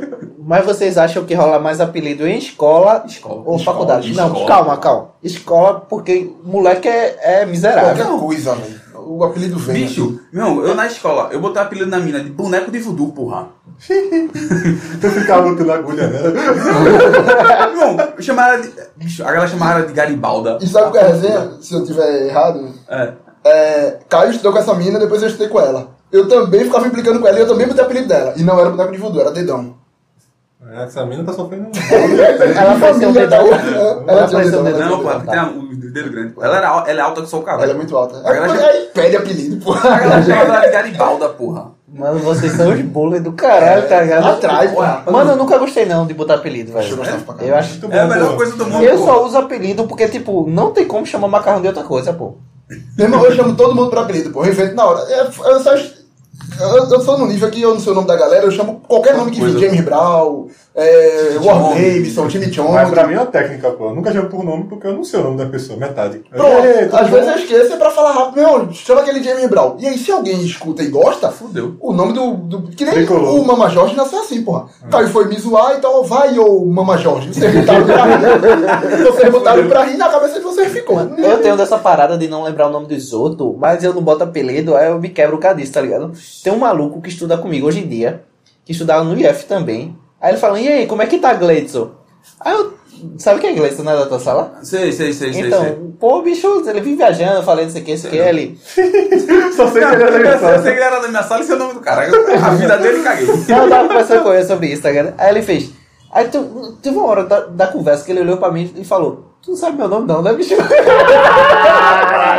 S4: Mas vocês acham que rola mais apelido em escola
S3: Escola.
S4: ou
S3: Escola,
S4: faculdade? Não,
S3: escola.
S4: calma, calma. Escola, porque moleque é, é miserável.
S1: Qualquer coisa, velho. O apelido vem.
S3: Bicho, meu, eu na escola, eu botei o apelido na mina de boneco de voodoo, porra.
S2: Eu ficava botando agulha né? nela.
S3: Irmão, eu chamava ela de. Bicho, a galera chamava ela de Garibalda.
S1: E sabe o que é a resenha? Se eu tiver errado,
S3: É.
S1: é. Caio estudou com essa mina, depois eu estudei com ela. Eu também ficava implicando com ela e eu também botei o apelido dela. E não era um boneco de voodoo, era dedão.
S2: Essa mina tá sofrendo
S4: Ela um faz seu
S1: Família da
S4: dedão.
S1: outra- Ela tinha um
S4: faz seu
S1: dedão.
S4: dedão.
S1: ela
S3: Não,
S1: tinha um
S3: porra,
S1: dedão.
S3: porque tem um dedo grande. Porra. Ela, era, ela é alta que só o cavalo.
S1: Ela é muito alta.
S3: Ela já-
S1: Aí pede apelido,
S3: A galera
S1: porra.
S3: chamava ela de Garibalda, porra.
S4: Mano, vocês são os bullying do caralho, tá ligado?
S1: Atrás, porra.
S4: Mano, eu nunca gostei não de botar apelido, velho.
S1: Eu gostava pra caralho.
S4: Eu acho.
S3: É a melhor coisa do mundo.
S4: Eu
S3: porra.
S4: só uso apelido porque, tipo, não tem como chamar macarrão de outra coisa, pô.
S1: Meu irmão, eu chamo todo mundo pra apelido, pô. Eu invento na hora. É, Eu, só, eu, eu sou no nível que eu não sei o nome da galera, eu chamo qualquer nome que
S3: Coisa.
S1: vem. James Brown, é, Warren
S3: Jones.
S1: Davidson, Jimmy
S2: Mas pra
S1: Jones.
S2: mim é uma técnica, pô. Eu nunca chamo por nome porque eu não sei o nome da pessoa, metade.
S1: Pronto,
S2: Ei, tudo
S1: às
S2: bom?
S1: vezes eu esqueço é pra falar rápido, meu, chama aquele James Brown. E aí, se alguém escuta e gosta,
S3: Fudeu.
S1: o nome do. do- que nem
S2: Tricolor.
S1: o Mama Jorge nasceu assim, porra. Caio foi me zoar, então vai, ô Mama Jorge. Vocês botaram pra rir. Vocês botaram pra rir na cabeça de vocês ficou.
S4: Eu tenho dessa parada de não lembrar o nome dos outros, mas eu não boto apelido, aí eu me quebro o cadiz, tá ligado? Tem um maluco que estuda comigo hoje em dia, que estudava no IF também. Aí ele fala, e aí, como é que tá Gleidson? Aí eu. Sabe quem é Gleidson né, da tua sala?
S3: Sei, sei, sei, sei.
S4: então,
S3: sei.
S4: pô, bicho, ele vive viajando, eu falei não sei o que, não sei o que, ele.
S2: Só sei que ele era
S3: Eu sei- eu
S2: engraçado.
S3: sei que ele era da minha sala e sei o nome do cara. A vida dele caguei.
S4: Não, "Ah, eu tava conversando com ele sobre isso, tá ligado? Aí ele fez. Aí tu- teve uma hora da, da conversa que ele olhou pra mim e falou: Tu não sabe meu nome, não, né, bicho?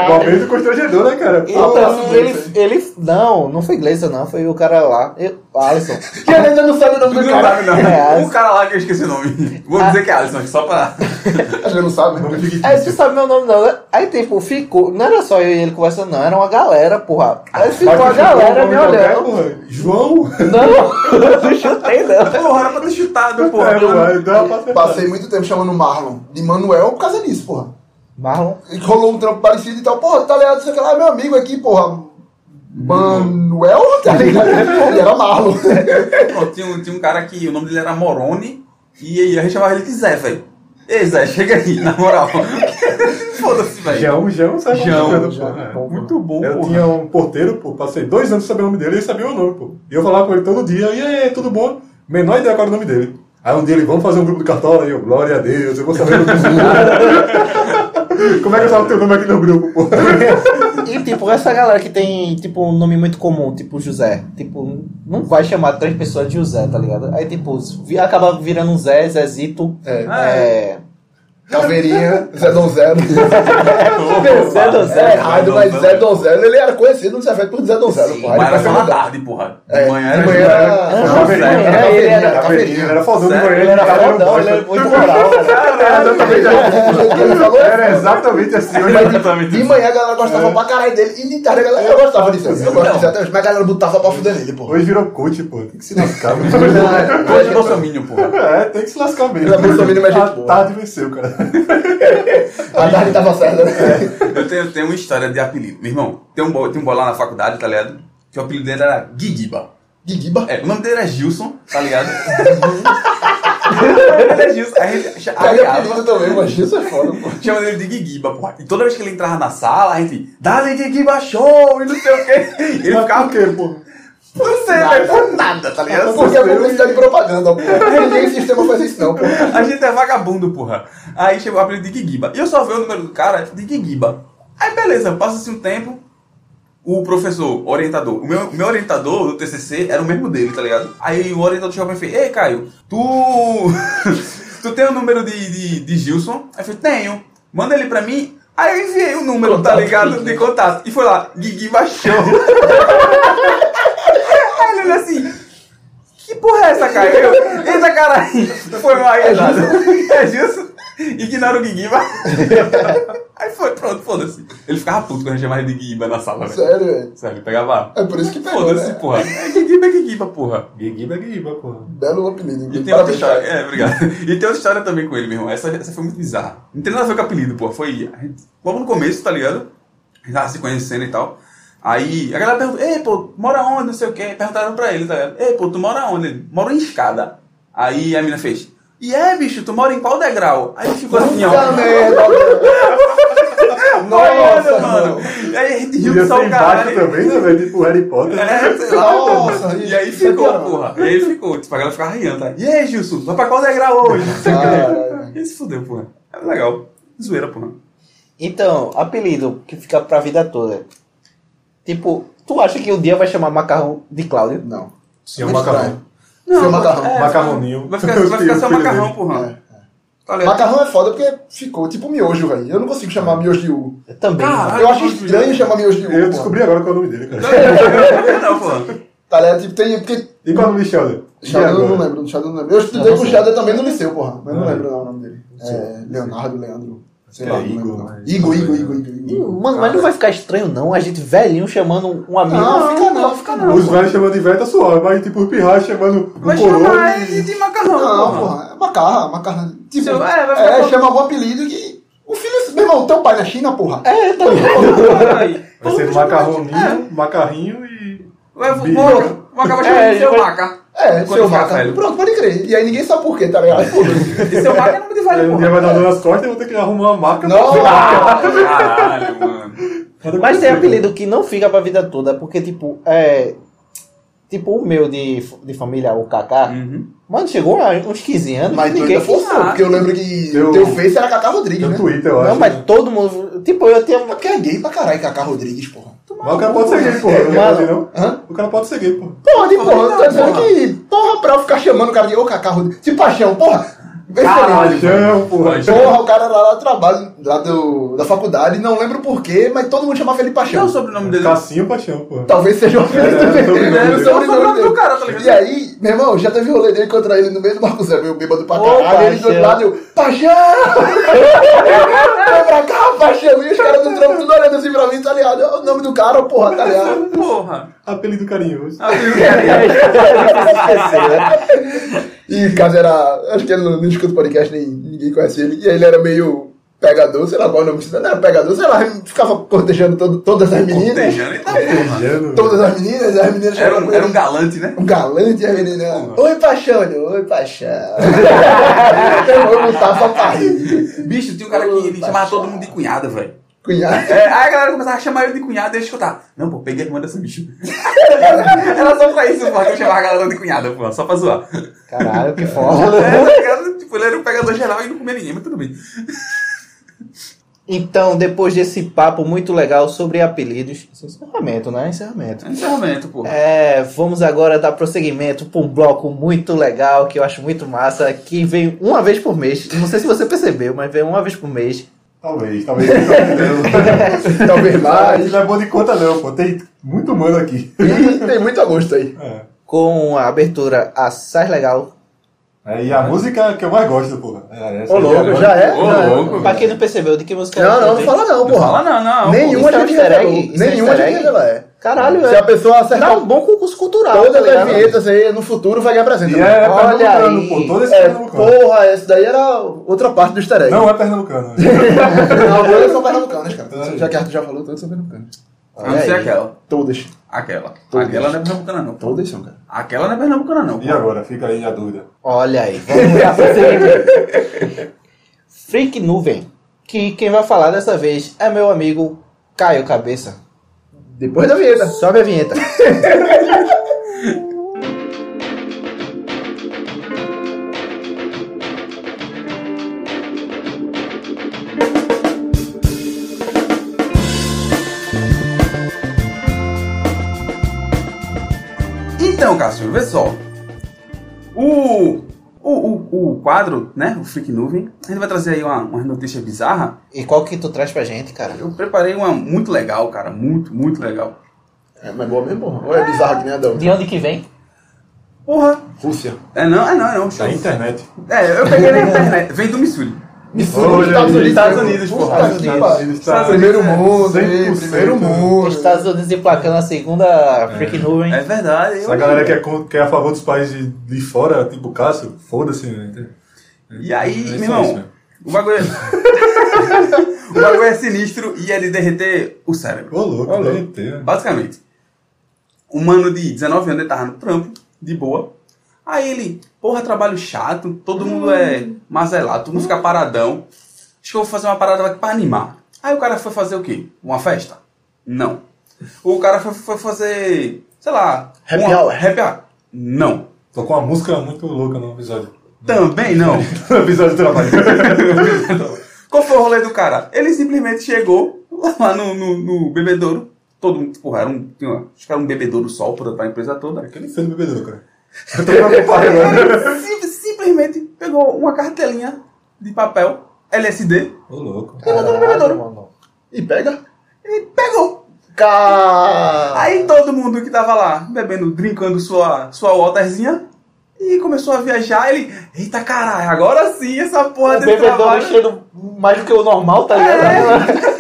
S2: Momento constrangedor, né, cara?
S4: Então, ele, ele. Não, não foi Gleison, não, foi o cara lá, eu, Alisson.
S1: E ele ainda não sabe o nome
S3: Não
S1: do cara.
S3: sabe, não.
S4: É, Alisson.
S3: Um cara lá que eu esqueci o nome. Vou
S1: Ah.
S3: dizer que é Alisson, só pra.
S1: Acho que ele não sabe, né?
S2: Nome
S4: Aí tu
S2: fictício.
S4: sabe meu nome, não. né? Aí, tipo, ficou. Não era só eu e ele conversando, não, era uma galera, porra. Aí ficou
S2: Mas
S4: a
S2: tu chutou
S4: galera
S2: o nome
S4: me
S2: de alguém,
S4: olhando.
S2: porra? João?
S4: Não, eu não chutei, não.
S3: Porra, era pra ter chutado, porra.
S2: É, mano, dá uma
S1: Eu
S2: passada.
S1: Passei muito tempo chamando Marlon de Manuel por causa disso, porra.
S4: Marlon.
S1: E rolou um trampo parecido e tal, porra, tá ligado? Sei lá, meu amigo aqui, porra. Manuel, tá ligado? Ele era Marlon.
S3: Pronto, tinha, um- tinha um cara que o nome dele era Moroni e a gente chamava ele de Zé, velho. Ei, Zé, chega aí, na moral. Foda-se,
S1: é
S3: velho.
S2: Jão, Jão, sabe? como
S3: Jão,
S2: é, pô?
S1: Jão,
S2: É.
S1: bom.
S3: Muito bom,
S2: Eu
S3: porra.
S2: tinha um porteiro, pô, passei dois anos sabendo o nome dele e ele sabia o nome, pô. E eu falava com ele todo dia, e aí, tudo bom? Menor ideia qual era o nome dele. Aí um dia ele, vamos fazer um grupo do Cartola, e eu, glória a Deus, eu vou saber o nome do grupo. Como é que eu salvo teu nome aqui no grupo, pô?
S4: E tipo, essa galera que tem tipo um nome muito comum, tipo José, tipo, não vai chamar três pessoas de José, tá ligado? Aí tipo, vi- acaba virando um Zé, Zezito,
S1: É.
S3: Ah,
S4: é.
S1: Caveirinha, Zé Donzelo.
S4: É, Zé né? do
S1: É
S4: Zé.
S1: errado, mas Zé Donzelo, ele era conhecido no Cefete por Zé Donzelo, pô. Aí ele
S3: Mas era só
S1: foi
S3: na
S1: mudar.
S3: tarde, porra.
S1: É,
S3: De manhã
S1: de
S3: era
S1: manhã era-
S3: José.
S1: era
S3: Não,
S4: José,
S3: Zé.
S4: era ele, era
S1: Caveirinha.
S2: Ele era fodão de
S3: Sério?
S2: manhã,
S4: Ele era
S2: cara, um
S4: fodão, ele
S2: bosta.
S4: era muito moral, velho.
S1: Era exatamente assim. Ele falou,
S2: Era exatamente assim, eu
S1: Mas
S2: já
S1: de- de manhã a galera gostava pra caralho dele e de tarde a galera É. eu gostava disso. Eu gosto disso até hoje, mas a galera botava pra fuder nele, pô.
S2: Hoje virou coach, pô. Tem que se lascar, mano.
S3: Hoje é
S1: Hoje
S3: Bolsonaro, porra.
S2: É, tem que se lascar mesmo.
S1: Ele é bolsominion, mas gente boa.
S2: A tarde venceu, cara.
S1: a tarde tava certa, né?
S3: Eu tenho, tenho uma história de apelido. Meu irmão, tem um boy, tem um boy lá na faculdade, tá ligado? Que o apelido dele era Gigiba.
S1: Guiguiba.
S3: É, o nome dele era Gilson, tá ligado? Ele era é Gilson. Aí ele cha-
S1: Aí é
S3: arreava,
S1: apelido também, mas isso é foda, pô.
S3: chama ele de Gigiba, porra. E toda vez que ele entrava na sala, a gente, dá-lhe Gigiba show e não sei o quê. Ele ficava,
S2: Por quê, pô?
S3: não sei, velho, por nada, tá ligado?
S1: Porque é publicidade e propaganda, pô. Ninguém sistema faz isso não, pô.
S3: A gente é vagabundo, porra. Aí chegou o apelido de Gigiba. E eu só vi o número do cara tipo, de Gigiba. Aí beleza, passa-se um tempo. O professor, orientador, o meu, o meu orientador do TCC era o mesmo dele, tá ligado? Aí o orientador chegou pra mim e fez: Ei, Caio, tu. tu tem o número de, de, de Gilson? Aí eu falei: Tenho. Manda ele pra mim. Aí eu enviei o número, tá ligado? De contato. E foi lá: Gigiba Show. Aí ele olhou assim. Que porra é essa, cara? Eu, eita, caralho! Foi mal aí, é justo. É justo. Ignora o Guiguiba. Aí foi, pronto, foda-se. Ele ficava puto quando a gente chamava ele de Guiguiba na sala, né? velho.
S1: Sério, velho.
S3: Sério, ele pegava.
S1: É por isso que pegou,
S3: Foda-se,
S1: né?
S3: porra. É Guiguiba, é Guiguiba, porra.
S2: Guiguiba é Guiguiba, pô.
S1: Belo apelido.
S3: E tem outra
S1: Parabéns,
S3: história.
S1: cara.
S3: É, obrigado. E tem outra história também com ele, meu irmão. Essa, essa foi muito bizarra. Não tem nada a ver com apelido, pô. Foi a gente- logo no começo, tá ligado? A gente tava se conhecendo e tal. Aí a galera perguntou, ei, pô, mora onde? Não sei o quê. Perguntaram pra ele, tá ligado? Ei, pô, tu mora onde? Ele, moro em escada. Aí a mina fez, e é, bicho, tu mora em qual degrau? Aí ficou assim, ó.
S1: Puta merda, mano. Nossa,
S3: Olha,
S1: mano.
S3: mano. Aí a gente riu
S2: Podia
S3: do
S2: ser
S3: sal,
S2: embaixo
S3: caralho.
S2: também, né, velho? Tipo Harry Potter.
S3: É, sei lá.
S1: Nossa,
S3: e aí
S1: isso é
S3: ficou,
S1: pior,
S3: porra. E aí ficou. Tipo, a galera ficava riando, tá? E aí, Gilson, vai pra qual degrau hoje? Não sei o quê.
S1: Caralho.
S3: E se fudeu, porra. É legal. Zoeira, porra.
S4: Então, apelido que fica pra vida toda. Tipo, tu acha que um dia vai chamar macarrão de Cláudio?
S1: Não.
S2: Tinha um macarrão.
S1: Seu macarrão.
S3: é,
S2: Macarroninho.
S3: Vai ficar, vai ficar só macarrão, porra. Tá ligado?
S1: Macarrão é foda porque ficou tipo miojo, velho. Eu não consigo chamar miojo de U.
S4: Eu também.
S3: Caralho.
S1: Ah, Eu acho estranho chamar miojo de U.
S2: Eu
S1: pô.
S2: descobri agora qual é o nome dele, cara.
S3: Não, porra.
S1: Tá ligado? Tipo, tem. Porque
S2: E qual é o nome de Sheldon?
S1: Shadow
S2: E
S1: eu não
S2: agora?
S1: lembro, Shadow eu não lembro. Eu estudei com o Shadow também no liceu, porra. Mas eu não lembro não, o nome dele. É, Leonardo, Leandro. Sei
S2: Ah, É,
S1: lá, não lembro
S2: Igor,
S1: não.
S2: mas-
S1: Igor, Igor, Igor, Igor,
S4: Ih,
S1: Igor.
S4: Mano, mas não vai ficar estranho não, a gente velhinho chamando um amigo.
S1: Não, fica não, fica não.
S2: Os velhos chamando de velho tá suave, mas tipo o Pirra chamando o
S3: Vai
S2: Coroa.
S3: chamar ele de
S1: Não,
S3: macarrão, porra.
S1: porra. É macarra, macarra. Tipo,
S3: Seu- é, vai
S1: é,
S3: ficar-
S1: chama algum apelido que. O filho. é, Meu irmão, teu pai na China, porra.
S4: É, tá ligado?
S3: Caralho.
S2: Vai ser macarroninho, macarrinho e.
S3: Vai,
S2: Bicho.
S3: vou. Vou acabar chamando
S4: É,
S3: de seu
S4: vai-
S3: maca.
S1: É,
S3: Quando
S1: seu
S3: ficar
S1: maca.
S3: velho.
S1: Pronto, pode crer. E aí ninguém sabe por quê, tá ligado?
S3: E seu maca é nome de
S2: Aí
S3: velho,
S2: um dia
S3: porra.
S2: vai dar dor nas costas e eu vou ter que arrumar uma maca.
S1: Não,
S3: Caralho, mano.
S4: Mas tem apelido que não fica pra vida toda, porque tipo, é. Tipo, o meu de, de família, o Kaká,
S3: Uhum.
S4: mano, chegou a uns 15 anos,
S1: mas tu
S4: ninguém.
S1: ainda forçou, porque eu lembro que
S2: Eu-
S1: teu face era Cacá Rodrigues,
S2: No
S1: né?
S2: um Twitter, eu acho.
S4: Não, mas todo mundo. Tipo, eu tinha.
S1: É porque é gay pra caralho, Cacá Rodrigues, porra.
S2: Mas o cara pode ser gay, porra. Não
S4: Mano.
S2: pode, não.
S1: Hã?
S2: O cara pode ser gay, porra.
S1: Porra, de
S3: Não,
S1: porra,
S3: não,
S1: tá dizendo
S3: porra.
S1: que. Porra, pra eu ficar chamando o cara de ô Cacá Rodrigues. De paixão, porra. Bem
S3: Caralho.
S1: feliz.
S2: Chão, porra.
S3: Vai.
S1: Porra, o cara era lá do trabalho, lá do, da faculdade, não lembro porquê, mas todo mundo chamava ele de
S3: Qual é
S1: Paixão.
S3: o sobrenome dele?
S2: Cassinho Paixão, porra.
S1: Talvez seja o apelido
S2: É,
S1: dele. É,
S2: sobrenome dele.
S1: o
S3: É o sobrenome
S1: dele.
S3: do cara, tá ligado?
S1: E aí, meu irmão, já teve rolê dele contra ele no mesmo Marco Zé, meu bêbado pra
S4: Ô,
S1: caralho. ele do outro
S4: Paixão.
S1: lado, eu, Paixão! Vem pra cá, Paixão! E os caras do trampo tudo olhando assim pra mim, tá ligado? É o nome do cara, porra, tá ligado?
S3: Porra.
S2: Apelido carinhoso.
S3: Ah, tem um cara aí.
S1: É né? E o caso era. Acho que ele não, não escuta podcast, nem ninguém conhece ele. E ele era meio. pegador, sei lá qual é o nome que você não era pegador, sei lá, ficava cortejando todo- todas as meninas.
S3: Cortejando e tá porra.
S1: Todas as meninas, as meninas
S3: Era
S1: chamavam
S3: um,
S1: ele-
S3: era um galante, né?
S1: um galante, as meninas. Oi, paixão, ele, oi, paixão. eu vou botar pra parir.
S3: Bicho, tinha um cara que ele
S1: Opa,
S3: chamava
S1: chá.
S3: todo mundo de cunhada, velho.
S1: Cunhado.
S3: É, aí a galera começava a chamar ele de cunhada e ele escutar. Não, pô, peguei a irmã dessa bicho. Era só pra isso, pô, que eu chamava a galera de cunhada, pô, só pra zoar.
S4: Caralho, que foda.
S3: É, tá ligado? tipo, ele era um pegador geral e não comia ninguém, mas tudo bem.
S4: Então, depois desse papo muito legal sobre apelidos. Encerramento, né? Encerramento.
S3: É Encerramento, pô.
S4: É, vamos agora dar prosseguimento para um bloco muito legal, que eu acho muito massa, que vem uma vez por mês. Não sei se você percebeu, mas vem uma vez por mês.
S2: Talvez, talvez. talvez
S1: Talvez
S2: ah,
S1: mais.
S2: isso não é bom de conta, não, pô. Tem muito mano aqui.
S1: E tem muito a gosto aí.
S2: É.
S4: Com a abertura Assaz Legal.
S2: Aí É, a música que eu mais gosto, porra. É essa
S1: É. Ô,
S2: aí,
S1: louco,
S2: agora.
S1: já é?
S3: Ô,
S1: Não.
S3: louco,
S4: Pra
S3: velho.
S4: quem não percebeu, de que música é
S1: Não,
S4: era
S1: não, não fala não,
S3: Não fala
S1: porra.
S3: não, não. pô.
S1: Nenhuma
S4: Isso é
S1: a gente
S4: easter egg?
S1: revelou.
S4: Isso é
S1: Nenhuma a
S4: easter
S1: gente
S4: egg?
S1: revelou, é.
S4: Caralho,
S1: Se
S4: é.
S1: a pessoa
S4: Dá
S1: acertar
S4: um bom concurso cultural. tá
S1: todas as
S4: ligado?
S1: vinhetas aí, no futuro vai ganhar presente.
S2: E é
S4: Olha
S2: pernambucano,
S4: aí.
S2: pô. Todo esse
S1: É,
S2: pernambucano.
S1: porra, essa daí era outra parte do easter egg.
S2: Não é pernambucano.
S1: Não, todas são pernambucanas,
S2: Todas.
S1: cara. Já que Arthur já falou, todas são pernambucanas.
S3: A não ser
S4: Olha aí.
S3: aquela.
S1: Todas.
S3: Aquela.
S1: Todas.
S3: Aquela não é pernambucana, não. pô.
S1: Todas são, cara.
S3: Aquela não é pernambucana, não.
S2: E agora? Fica aí a dúvida.
S4: Olha aí, vamos dar prosseguimento. Freak Nuvem. Que quem vai falar dessa vez é meu amigo Caio Cabeça.
S1: Depois da vinheta.
S4: Sobe a vinheta.
S3: Então, Cássio, vê só. O, o, o, o quadro, né? O Freak Nuvem. A gente vai trazer aí uma, uma notícia bizarra.
S4: E qual que tu traz pra gente, cara?
S3: Eu preparei uma muito legal, cara. Muito, muito legal.
S1: É, mas boa mesmo, porra. Ou é bizarro que nem a da outra?
S4: De onde que vem?
S3: Porra.
S1: Rússia.
S3: É não, é não, é não.
S2: Da internet.
S3: É, eu peguei na internet. Vem do Missouri.
S1: Missouri, Estados
S2: Olha aí,
S1: Unidos.
S2: Estados
S1: né?
S2: Unidos,
S1: Puta
S2: porra.
S1: que
S4: Estados
S1: pariu.
S2: Unidos, é
S3: Estados Unidos.
S1: Primeiro mundo, hein?
S2: 100%.
S1: Primeiro mundo.
S4: Estados Unidos emplacando a segunda Freak Nuvem.
S3: É verdade. eu-
S2: Essa galera que é, con- que é a favor dos países de fora, tipo Cássio, foda-se, né?
S3: E aí,
S2: É
S3: meu
S2: isso
S3: irmão,
S2: mesmo.
S3: o bagulho é... o bagulho é sinistro e é de derreter o cérebro.
S2: Ô, louco, né?
S1: Ô, louco.
S2: deve ter.
S3: Basicamente, um mano de 19 anos, ele tava no trampo, de boa. Aí ele, porra, trabalho chato, todo mundo é mazelado, todo mundo fica paradão. Acho que eu vou fazer uma parada pra animar. Aí o cara foi fazer o quê? Uma festa? Não. O cara foi, foi fazer, sei lá...
S1: Happy
S3: uma-
S1: hour.
S3: Happy hour. Não.
S2: Tocou uma música muito louca no episódio.
S3: Também não.
S2: No episódio de trabalho.
S3: Qual foi o rolê do cara? Ele simplesmente chegou lá no, no, no bebedouro. Todo mundo, porra, era um, tinha uma- acho que era um bebedouro sol pra, pra empresa toda.
S2: Aquele fez no bebedouro, cara. Eu tô preocupado agora.
S3: Ele sim- simplesmente pegou uma cartelinha de papel LSD
S2: Ô, louco.
S3: e botou no bebedouro.
S1: E pega. Ah,
S3: E pegou.
S1: Cá.
S3: Aí todo mundo que tava lá bebendo, brincando sua, sua waterzinha e começou a viajar. Ele, eita caralho, agora sim essa porra
S4: O
S3: desse
S4: bebedouro
S3: trabalho.
S4: enchendo mais do que o normal, tá ligado?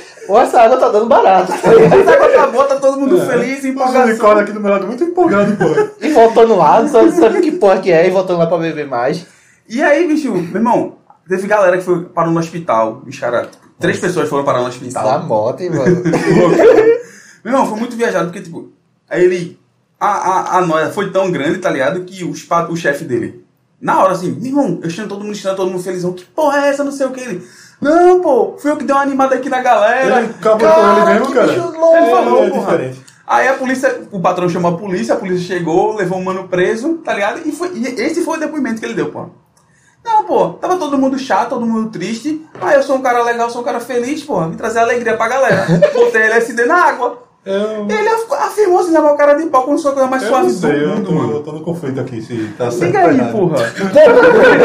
S4: Ou essa água tá dando barato.
S3: Essa água tá boa, tá todo
S2: É.
S3: mundo feliz,
S2: O
S3: empolgação.
S2: unicórnio aqui do meu lado muito empolgado, porra.
S4: E voltando lá, não sabe, sabe que porra que é, e voltando lá pra beber mais.
S3: E aí, bicho, meu irmão, teve galera que foi parou no hospital. Os caras. Três pessoas foram parar no
S4: Tá
S3: hospital.
S4: moto, hein, mano.
S3: meu irmão, foi muito viajado, porque, tipo, aí ele. A, a, a noia foi tão grande, tá ligado? Que os, pa- o chefe dele. Na hora, assim, meu irmão, eu chamo todo mundo estando, todo mundo felizão. Que porra é essa? Não sei o que. Ele. Não, pô, fui eu que dei uma animada aqui na galera.
S2: Ele acabou com ele
S1: Cara,
S2: mesmo,
S1: que
S2: cara.
S1: bicho louco.
S2: Ele
S3: Falou,
S2: é
S3: porra.
S2: diferente.
S3: Aí a polícia, o patrão chamou a polícia, a polícia chegou, levou um mano preso, tá ligado? E, foi, e esse foi o depoimento que ele deu, pô. Não, pô, tava todo mundo chato, todo mundo triste. Ah, eu sou um cara legal, sou um cara feliz, pô, vim trazer alegria pra galera. Botei LSD na água.
S2: Eu,
S3: E ele af- afirmou se levar o cara de pau como se fosse a coisa é mais
S2: eu
S3: suave
S2: não sei,
S3: do
S2: eu
S3: mundo,
S2: tô,
S3: mano.
S2: eu tô no conflito aqui, se tá certo.
S3: Liga
S2: ou
S3: aí,
S2: errado.
S3: porra.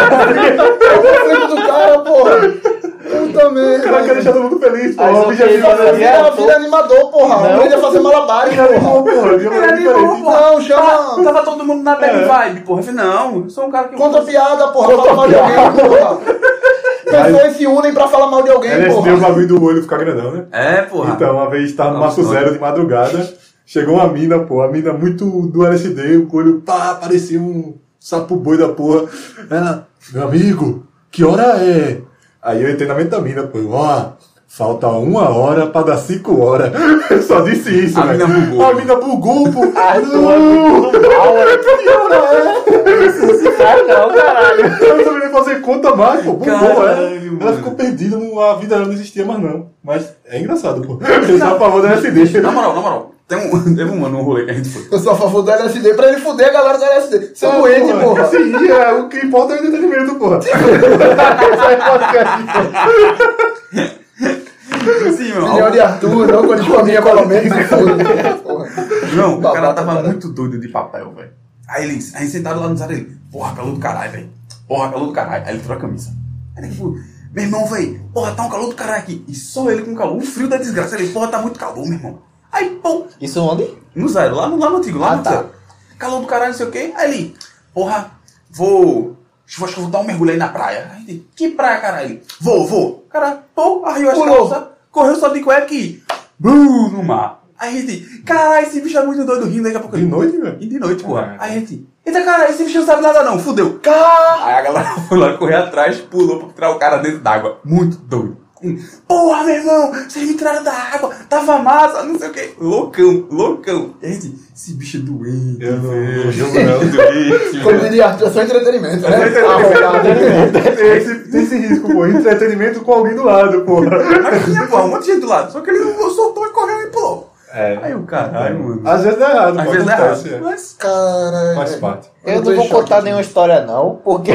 S1: o filho do cara, porra. Eu também.
S2: Cara, quer deixar todo mundo feliz, porra.
S4: Mas
S2: O
S4: eu
S2: objetivo
S4: queria-
S2: é
S1: Ele era filho animador, porra.
S4: Não.
S1: Não. Ele ia fazer malabares, porra.
S2: animal, porra. O
S3: Ele
S2: objetivo é
S3: animou,
S2: diferente. É.
S3: porra.
S1: Não, chama-
S3: Tava, tava todo mundo na bad vibe, porra. Eu falei, não, eu sou um cara que.
S1: Conta piada, porra. Fala mal de alguém, porra. Pessoas se unem pra falar mal de alguém,
S2: LSD, o
S1: porra.
S2: É, bagulho do olho ficar grandão, né?
S3: É, porra.
S2: Então, uma vez tava no
S3: Nossa,
S2: Marco
S3: nossa.
S2: Zero de madrugada, chegou uma mina, pô, a mina muito do LSD, o olho, pá, parecia um sapo boi da porra. Ela, meu amigo, que hora é? Aí eu entrei na mente da mina, pô, ó, falta uma hora pra dar cinco horas. Eu só disse isso,
S3: A
S2: velho.
S3: mina bugou.
S2: A mina bugou, pô.
S4: Ah, tu é muito mal, é.
S2: Que hora é?
S4: Ah, não, caralho.
S2: Eu não sabia nem fazer conta mais, pô. Bugou,
S3: Caralho,
S2: é.
S3: mano.
S2: Ela ficou perdida, não- a vida dela não existia mais, não. Mas é engraçado, pô. Eu sou a favor da LSD.
S3: Na moral, na moral. Tem um, teve um ano, um rolê que a gente foi.
S1: Eu sou a favor do LSD pra ele fuder a galera do LSD. Seu
S2: Ah,
S1: doente, porra.
S2: Sim, é, o que importa é o entretenimento, porra.
S3: Sim, Tipo assim, meu.
S1: Senhor de Arthur, não quando com a minha pelo menos. foda-se, porra.
S3: Não,
S1: um
S3: o cara
S1: Babaca,
S3: tava
S1: cara.
S3: muito doido de papel, velho. Aí ele, aí sentado lá no zar, ele, porra, calor do caralho, velho. Porra, calor do caralho. Aí ele tirou a camisa. Aí ele falou, meu irmão, velho, porra, tá um calor do caralho aqui. E só ele com calor, um frio da desgraça. Ele, porra, tá muito calor, meu irmão. Aí, pô,
S4: Isso onde?
S3: no zero, lá no, lá no antigo, lá
S4: Ah,
S3: no
S4: tá.
S3: zero. Calor do caralho, não sei o quê. Aí ele, porra, vou. Acho acho que eu vou dar um mergulho aí na praia. Aí ele, que praia, caralho? Vou, vou. Cara, pô, arriou as
S1: Pulou.
S3: calças, correu só de cueca e. Blum, no mar. Aí a gente, caralho, esse bicho é muito doido rindo daqui a pouco.
S2: De
S3: ele-
S2: noite, velho.
S3: E de noite, porra.
S2: Caraca.
S3: Aí a gente, eita cara, esse bicho não sabe nada não, fudeu. Cá! Aí a galera foi lá correr atrás, pulou pra tirar o cara dentro d'água. Muito doido. Hum, Porra, meu irmão, vocês me tiraram da água, tava massa, não sei o que. Loucão, loucão. E a gente, esse bicho é doente.
S2: Eu não-
S3: velho.
S2: eu julgo não.
S3: doente.
S1: Como
S3: velho.
S1: diria Arthur, é só entretenimento, né?
S2: Tem esse, tem esse risco, pô. Entretenimento com alguém do lado, pô.
S3: Mas tinha, porra, um monte de gente do lado, só que ele não soltou e correu e pulou.
S2: É.
S3: Aí o caralho, mano.
S2: Às vezes dá errado,
S3: Às
S2: pô.
S3: vezes dá errado.
S2: acontece, é.
S3: Mas,
S1: Caralho.
S2: Faz parte.
S1: Eu
S4: Eu
S1: tô
S4: não
S1: em
S4: vou
S1: choque
S4: contar
S1: aqui.
S4: nenhuma história, não, porque.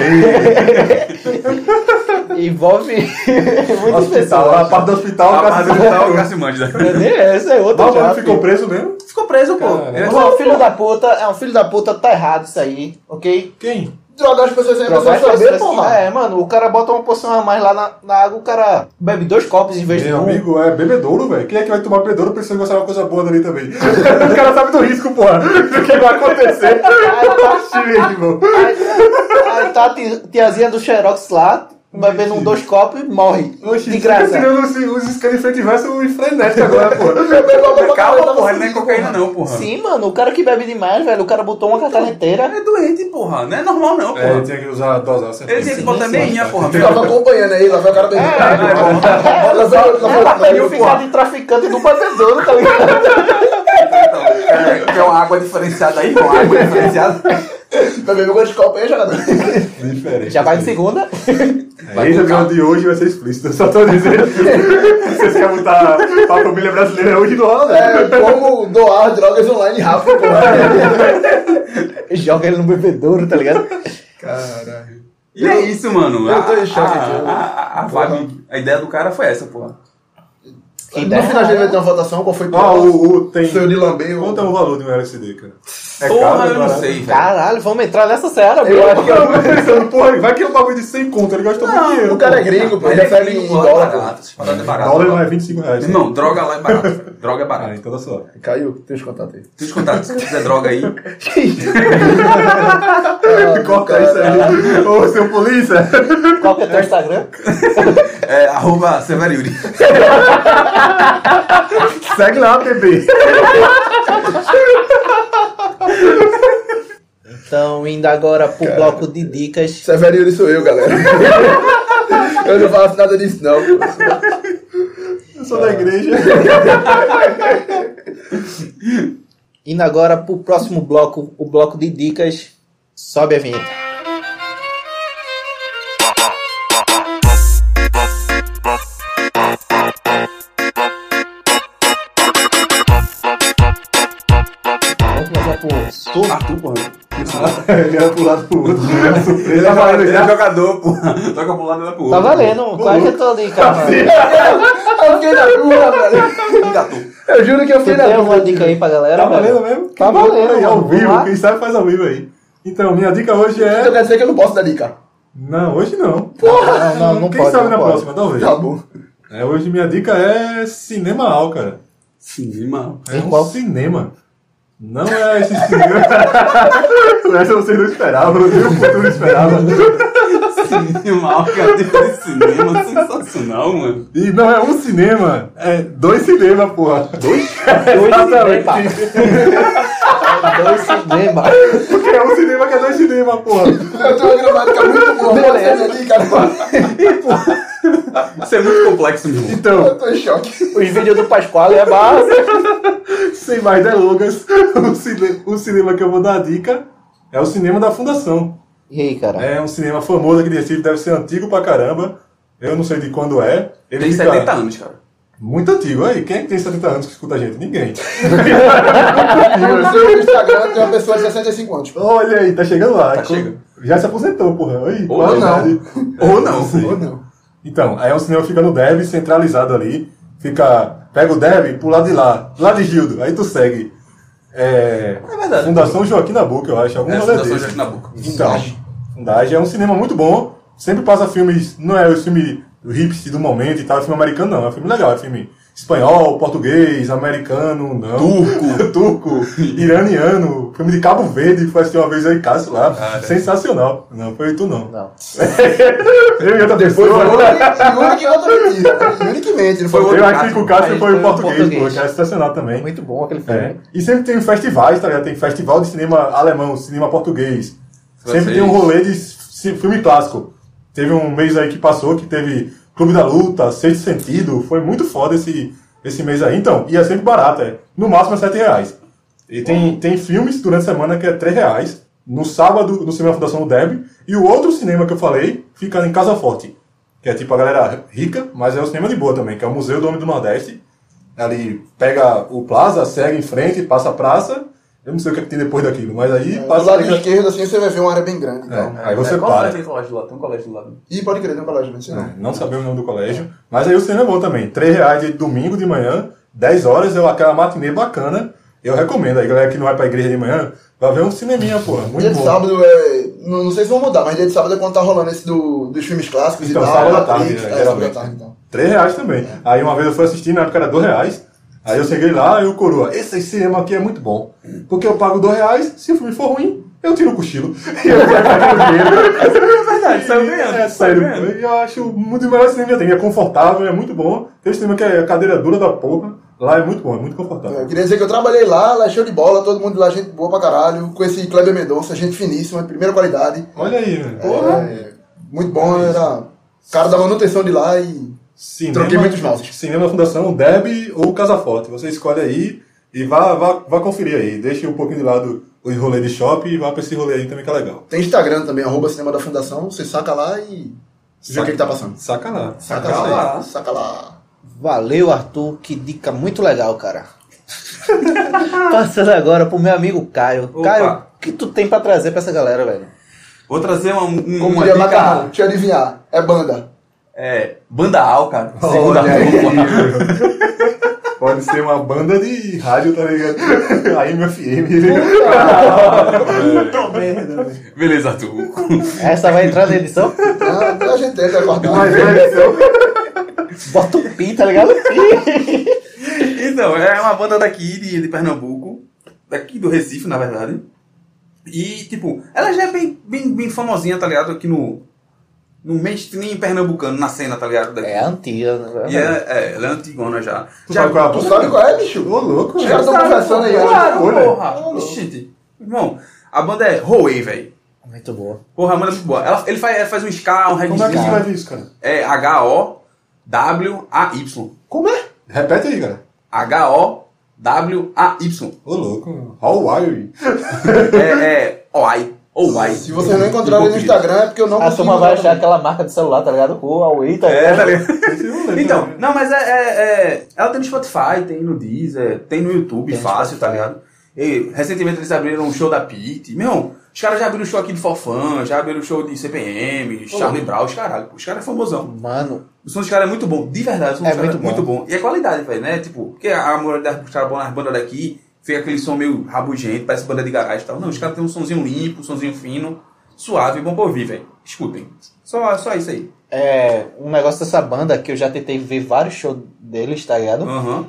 S4: Envolve
S1: É
S4: muitas
S2: Hospital, a
S4: pessoas.
S2: parte do hospital,
S3: a
S2: o cara
S3: barra do tal, o Cássio manja.
S4: Nem essa, é outra.
S2: Mas o
S4: já,
S2: mano ficou
S4: filho.
S2: preso mesmo?
S3: Ficou preso, pô.
S2: Caralho.
S3: Ele-
S4: Não, é um filho da puta, é um filho da puta, tá errado isso aí, ok?
S2: Quem?
S1: Drogar as pessoas sem a pessoa
S4: Provar as
S1: saber,
S4: pessoas-
S1: porra.
S4: É, mano, o cara bota uma poção a mais lá na, na água, o cara bebe dois copos em vez de
S2: Meu
S4: um.
S2: amigo, é bebedouro, velho. Quem é que vai tomar bebedouro pensando que vai sair uma coisa boa dali também? o cara sabe do risco, porra. O que vai acontecer?
S4: Aí tá
S2: Sim, irmão.
S4: Aí, aí tá a ti- tiazinha do Xerox lá, bebendo um dois copos e morre.
S2: Oxi,
S4: de
S2: fica
S4: graça.
S2: tirando os, os Scanifrente verso frenético agora, porra.
S3: Calma, porra, ele não é cocaína não, porra.
S4: Sim, mano, o cara que bebe demais, velho, o cara botou uma cartela inteira.
S3: É doente, porra. Não é normal, não,
S2: É,
S3: porra.
S2: ele tinha que usar a dose,
S3: Ele tinha que botar meinha, porra.
S1: Ficava acompanhando aí, lá vai o cara bem.
S4: Ela pediu É, ficar
S1: Ela
S4: de traficante do bebedouro, tá ligado?
S3: É, Quer uma água diferenciada aí? Com água diferenciada?
S1: Bebeu com de copo aí, jogador.
S2: É Diferente. né?
S4: Já vai de segunda.
S2: É, Esse episódio de hoje vai ser explícito, eu só tô dizendo. Vocês querem botar pra família brasileira hoje não rola, né?
S1: É, como doar drogas online rápido, porra.
S4: Joga ele no bebedouro, tá ligado?
S1: Caralho.
S3: E é isso, mano.
S1: Eu tô em
S3: A-
S1: choque aqui,
S3: a-
S1: eu-
S3: A ah, a- a
S1: Porra.
S3: vibe, a ideia do cara foi essa, porra.
S4: Que
S1: no final a gente vai ter
S4: ideia.
S1: uma votação, qual foi
S2: Ah, o, o tem.
S1: Seu de lambeio.
S2: Quanto é o valor de um LSD, cara? É
S3: Porra,
S2: caro,
S3: eu não
S2: barato?
S3: sei, velho.
S4: Caralho, vamos entrar nessa seara,
S1: Eu
S4: viu?
S1: acho que é
S2: Eu tô pensando, porra, vai que é um bagulho de 100 conto, ele gastou muito dinheiro.
S1: o cara é gringo, pô,
S3: Mas
S1: ele
S3: é
S1: recebe
S3: gringo,
S1: em
S3: lá é
S1: dólar,
S4: né?
S3: barato, as paradas é barato.
S2: Dólar não é 25 reais.
S3: Irmão, droga lá é barato. velho. Droga é
S2: Ah,
S3: barato.
S2: então dá só.
S1: pô. Caiu, tem os contatos aí.
S3: Deixa eu te contar, se quiser droga aí,
S2: Corta
S1: é
S2: isso aí. Ô, seu polícia.
S4: Qual que é teu Instagram?
S3: é arroba Severiuri.
S2: Segue lá, bebê.
S4: Então, indo agora pro bloco de dicas.
S1: Severo Yuri sou eu, galera. eu não faço nada disso, não.
S2: Eu sou da igreja.
S4: Indo agora pro próximo bloco, o bloco de dicas. Sobe a vinheta. Vamos começar por Sul.
S3: Arthur, porra.
S2: Ele era pro lado pro outro. Era surpresa.
S3: Ele é jogador, ele
S2: Tá valendo
S3: é
S2: já.
S3: jogador, porra. Toca pro lado e dá pro outro.
S4: Tá valendo, quase que todo aí, cara.
S1: Eu fiquei na dúvida, velho.
S3: Engatou.
S1: Eu juro que eu
S4: Você
S1: fiquei na
S4: tem alguma
S1: dúvida.
S4: dica aí pra galera?
S2: Tá
S4: velho?
S2: valendo mesmo?
S4: Tá valendo,
S2: Aí, ao
S4: mano. Vamos lá.
S2: vivo, quem sabe faz ao vivo aí. Então, minha dica hoje
S1: Então
S2: é.
S1: quer dizer que eu não posso dar dica.
S2: Não, hoje não.
S4: Não, não, não
S2: Quem
S4: pode.
S2: sabe
S4: não
S2: na
S4: pode.
S2: próxima, talvez.
S1: Tá bom.
S2: É, hoje minha dica é cinema al, cara.
S3: Sim, irmão.
S2: É
S4: Em
S2: um
S4: qual?
S2: cinema. Não é esse cinema. Essa vocês não esperavam, nem o futuro esperava.
S3: Cinema, que é o tipo de cinema sensacional, mano.
S2: E não é um cinema, é dois cinemas, porra. Dois?
S4: Dois
S2: Exatamente.
S4: cinemas. Tá Dois cinemas.
S2: Porque é um cinema que é dois cinemas, porra.
S1: Eu tenho uma gramática muito boa.
S4: Beleza.
S1: Beleza. Ali, cara,
S3: Isso é muito complexo, meu irmão.
S1: eu
S2: Então,
S1: tô em choque.
S4: Os vídeos do Pasquale é massa.
S2: sem mais delongas, o, cine- o cinema que eu vou dar a dica é o cinema da Fundação.
S4: E aí, cara?
S2: É um cinema famoso aqui de Recife, deve ser antigo pra caramba. Eu não sei de quando é. Ele
S3: Tem
S2: fica
S3: 70 anos, cara.
S2: Muito antigo. Aí, quem é que tem 70 anos que escuta a gente? Ninguém.
S1: No seu Instagram tem uma pessoa de 65 anos. Tipo,
S2: Olha aí, tá chegando lá.
S3: Tá chega.
S2: Já se aposentou, porra. Aí,
S3: Ou
S2: qual a
S1: não.
S2: idade?
S3: Ou não.
S2: sei.
S1: Ou não.
S2: Então, aí o cinema fica no Dev, centralizado ali. Fica. Pega o Dev pro lado de lá, lá de Gildo. Aí tu segue. É.
S3: É verdade.
S2: Fundação Joaquim Nabuco, eu acho. Algum
S3: É a
S2: rolê
S3: Fundação
S2: desse.
S3: Jardim Nabuco.
S2: Então, Fundagem é um cinema muito bom. Sempre passa filmes, não é o filme hipster do momento e tal, é filme americano não, é um filme legal, é filme espanhol, português, americano, não.
S3: Turco.
S2: turco, iraniano, filme de Cabo Verde, foi assistir uma vez aí, Cássio lá,
S3: Cara.
S2: sensacional. Não, foi tu não.
S4: Não.
S2: Eu e outra pessoa,
S1: Yuri que outra mentira. Yuri que mente. Ele foi
S3: Foi
S1: outro.
S2: eu acho que o Cássio
S4: Aí
S2: foi
S4: foi
S2: o
S4: o
S2: português,
S4: português.
S2: pô, que é sensacional também.
S4: Muito bom aquele filme.
S2: É. E sempre tem festivais, tá ligado? Tem festival de cinema alemão, cinema português. Sempre
S3: Francês.
S2: tem um rolê de ci- filme clássico. Teve um mês aí que passou que teve Clube da Luta, Sexto Sentido. Foi muito foda esse, esse mês aí. Então, e é sempre barato, é. No máximo é 7 reais. E tem, tem filmes durante a semana que é 3 reais. No sábado, no cinema Fundação do Deb. E o outro cinema que eu falei fica em Casa Forte. Que é tipo a galera rica, mas é um cinema de boa também, que é o Museu do Homem do Nordeste. Ali pega o Plaza, segue em frente, passa a praça. Eu não sei o que, é que tem depois daquilo, mas aí
S1: É, Do
S2: passa.
S1: lado esquerdo, assim, você vai ver uma área bem grande.
S2: É,
S1: Então.
S2: aí você
S3: É, qual
S2: para.
S3: colégio Tem um colégio do lado, tem um colégio do lado.
S1: E pode crer, tem um colégio, mas não.
S2: Então, Não sabemos o nome do colégio. Mas aí o cinema é bom também. R$ 3 reais de domingo de manhã, 10 horas, é aquela matinê bacana. Eu recomendo. Aí galera que não vai pra igreja de manhã, vai ver um cineminha, porra. Muito
S1: Dia de
S2: bom.
S1: sábado é. Não, não sei se vão mudar, mas dia de sábado é quando tá rolando esse do, dos filmes clássicos
S2: Então,
S1: e tal.
S2: sábado
S1: Matrix,
S2: à tarde,
S1: é,
S2: né,
S1: sábado à
S2: geralmente.
S1: tarde, então.
S2: 3 reais também. Aí uma vez eu fui assistir, na época era 2 reais. Aí eu cheguei lá e o coroa, esse cinema aqui é muito bom. Porque eu pago 2 reais, se o filme for ruim, eu tiro o cochilo. E eu saio ganhando dinheiro.
S3: É verdade, saiu ganhando.
S2: É
S3: saiu
S2: sério,
S3: ganhando.
S2: eu acho muito melhor cinema que tem. É confortável, é muito bom. Tem cinema que é cadeira dura da porra. Lá é muito bom, é muito confortável.
S1: Eu queria dizer que eu trabalhei lá, lá é show de bola, todo mundo lá, gente boa pra caralho, com esse Kleber Mendonça, gente finíssima, de primeira qualidade.
S2: Olha aí, né?
S1: É, muito bom, era cara da manutenção de lá e.
S2: Cinema,
S1: Troquei muitos nomes.
S2: Cinema Fundação, Deb ou Casa Forte. Você escolhe aí e vá, vá, vá conferir aí. Deixe um pouquinho de lado os rolê de shopping e vá pra esse rolê aí também que é legal.
S1: Tem Instagram também, arroba Cinema da Fundação, você saca lá e vê o que, que tá passando.
S2: Saca lá.
S1: Saca,
S3: Saca
S1: lá,
S3: lá.
S1: saca lá.
S4: Valeu, Arthur. Que dica muito legal, cara. Passando agora pro meu amigo Caio.
S3: Opa.
S4: Caio, o que tu tem pra trazer pra essa galera, velho?
S3: Vou trazer uma, um-
S1: Como
S3: uma
S1: diria
S3: dica...
S1: macarrão, deixa eu adivinhar, é banda.
S3: É, banda Al, cara. Segunda
S2: Olha aí.
S3: roupa.
S2: Pode ser uma banda de rádio, tá ligado? A MFM.
S3: Beleza, Arthur.
S4: Essa vai entrar na edição?
S1: Ah, a gente tenta acordar.
S2: Mas é isso.
S4: Bota o pi, tá ligado? Pi.
S3: Então, é uma banda daqui de, de Pernambuco, daqui do Recife, na verdade. E, tipo, ela já é bem, bem, bem famosinha, tá ligado? Aqui no, no mainstream pernambucano, na cena, tá ligado? Daqui.
S4: É antiga, né?
S3: E é, é, ela é antigona já.
S2: Tu
S3: já
S2: sabe qual é a
S1: Tu
S2: banda? né?
S1: sabe qual é, bicho?
S2: Ô, louco,
S1: Os
S2: velho.
S1: caras estão conversando aí,
S3: Claro,
S2: olha.
S3: é porra. Oxi. Irmão, a banda é Hoey, velho.
S4: Muito boa.
S3: Porra, a banda é muito boa. Ela, ele faz, ela faz um ska, um
S2: Como é que
S3: reggaezinho.
S2: você vai ver isso, cara?
S3: É H-O-W-A-Y.
S2: Como é? Repete aí, cara.
S3: H-O-W-A-Y.
S2: Ô, louco. How wire.
S3: É, é Oi. Oi.
S1: Se vocês não encontrarem no Instagram é porque eu não
S4: A
S1: consigo
S4: turma vai
S1: encontrar
S4: achar aquela marca de celular, tá ligado? O Huawei, tá
S3: É,
S4: ligado?
S3: tá ligado?
S2: Esse né? eu lembro.
S3: Então, não, mas é, é- é- Ela tem no Spotify, tem no Deezer, tem no YouTube, fácil, tá ligado? E, recentemente eles abriram um show da Pete. Meu irmão, os caras já abriram um show aqui de Fofão, já abriram um show de CPM, Charlie Brown, os caralho. pô, Os caras é famosão.
S4: Mano,
S3: O som dos caras é muito bom, de verdade. O som
S4: É
S3: dos caras
S4: muito
S3: é muito bom. E a qualidade, velho, né? Tipo, porque a maioria das os caras bom nas bandas daqui fica aquele som meio rabugento, parece banda de garagem e tal. Não, os caras têm um sonzinho limpo, um sonzinho fino, suave, bom pra ouvir, velho. Escutem. Só, só isso aí.
S4: é um negócio dessa banda que eu já tentei ver vários shows deles, tá ligado?
S3: Aham.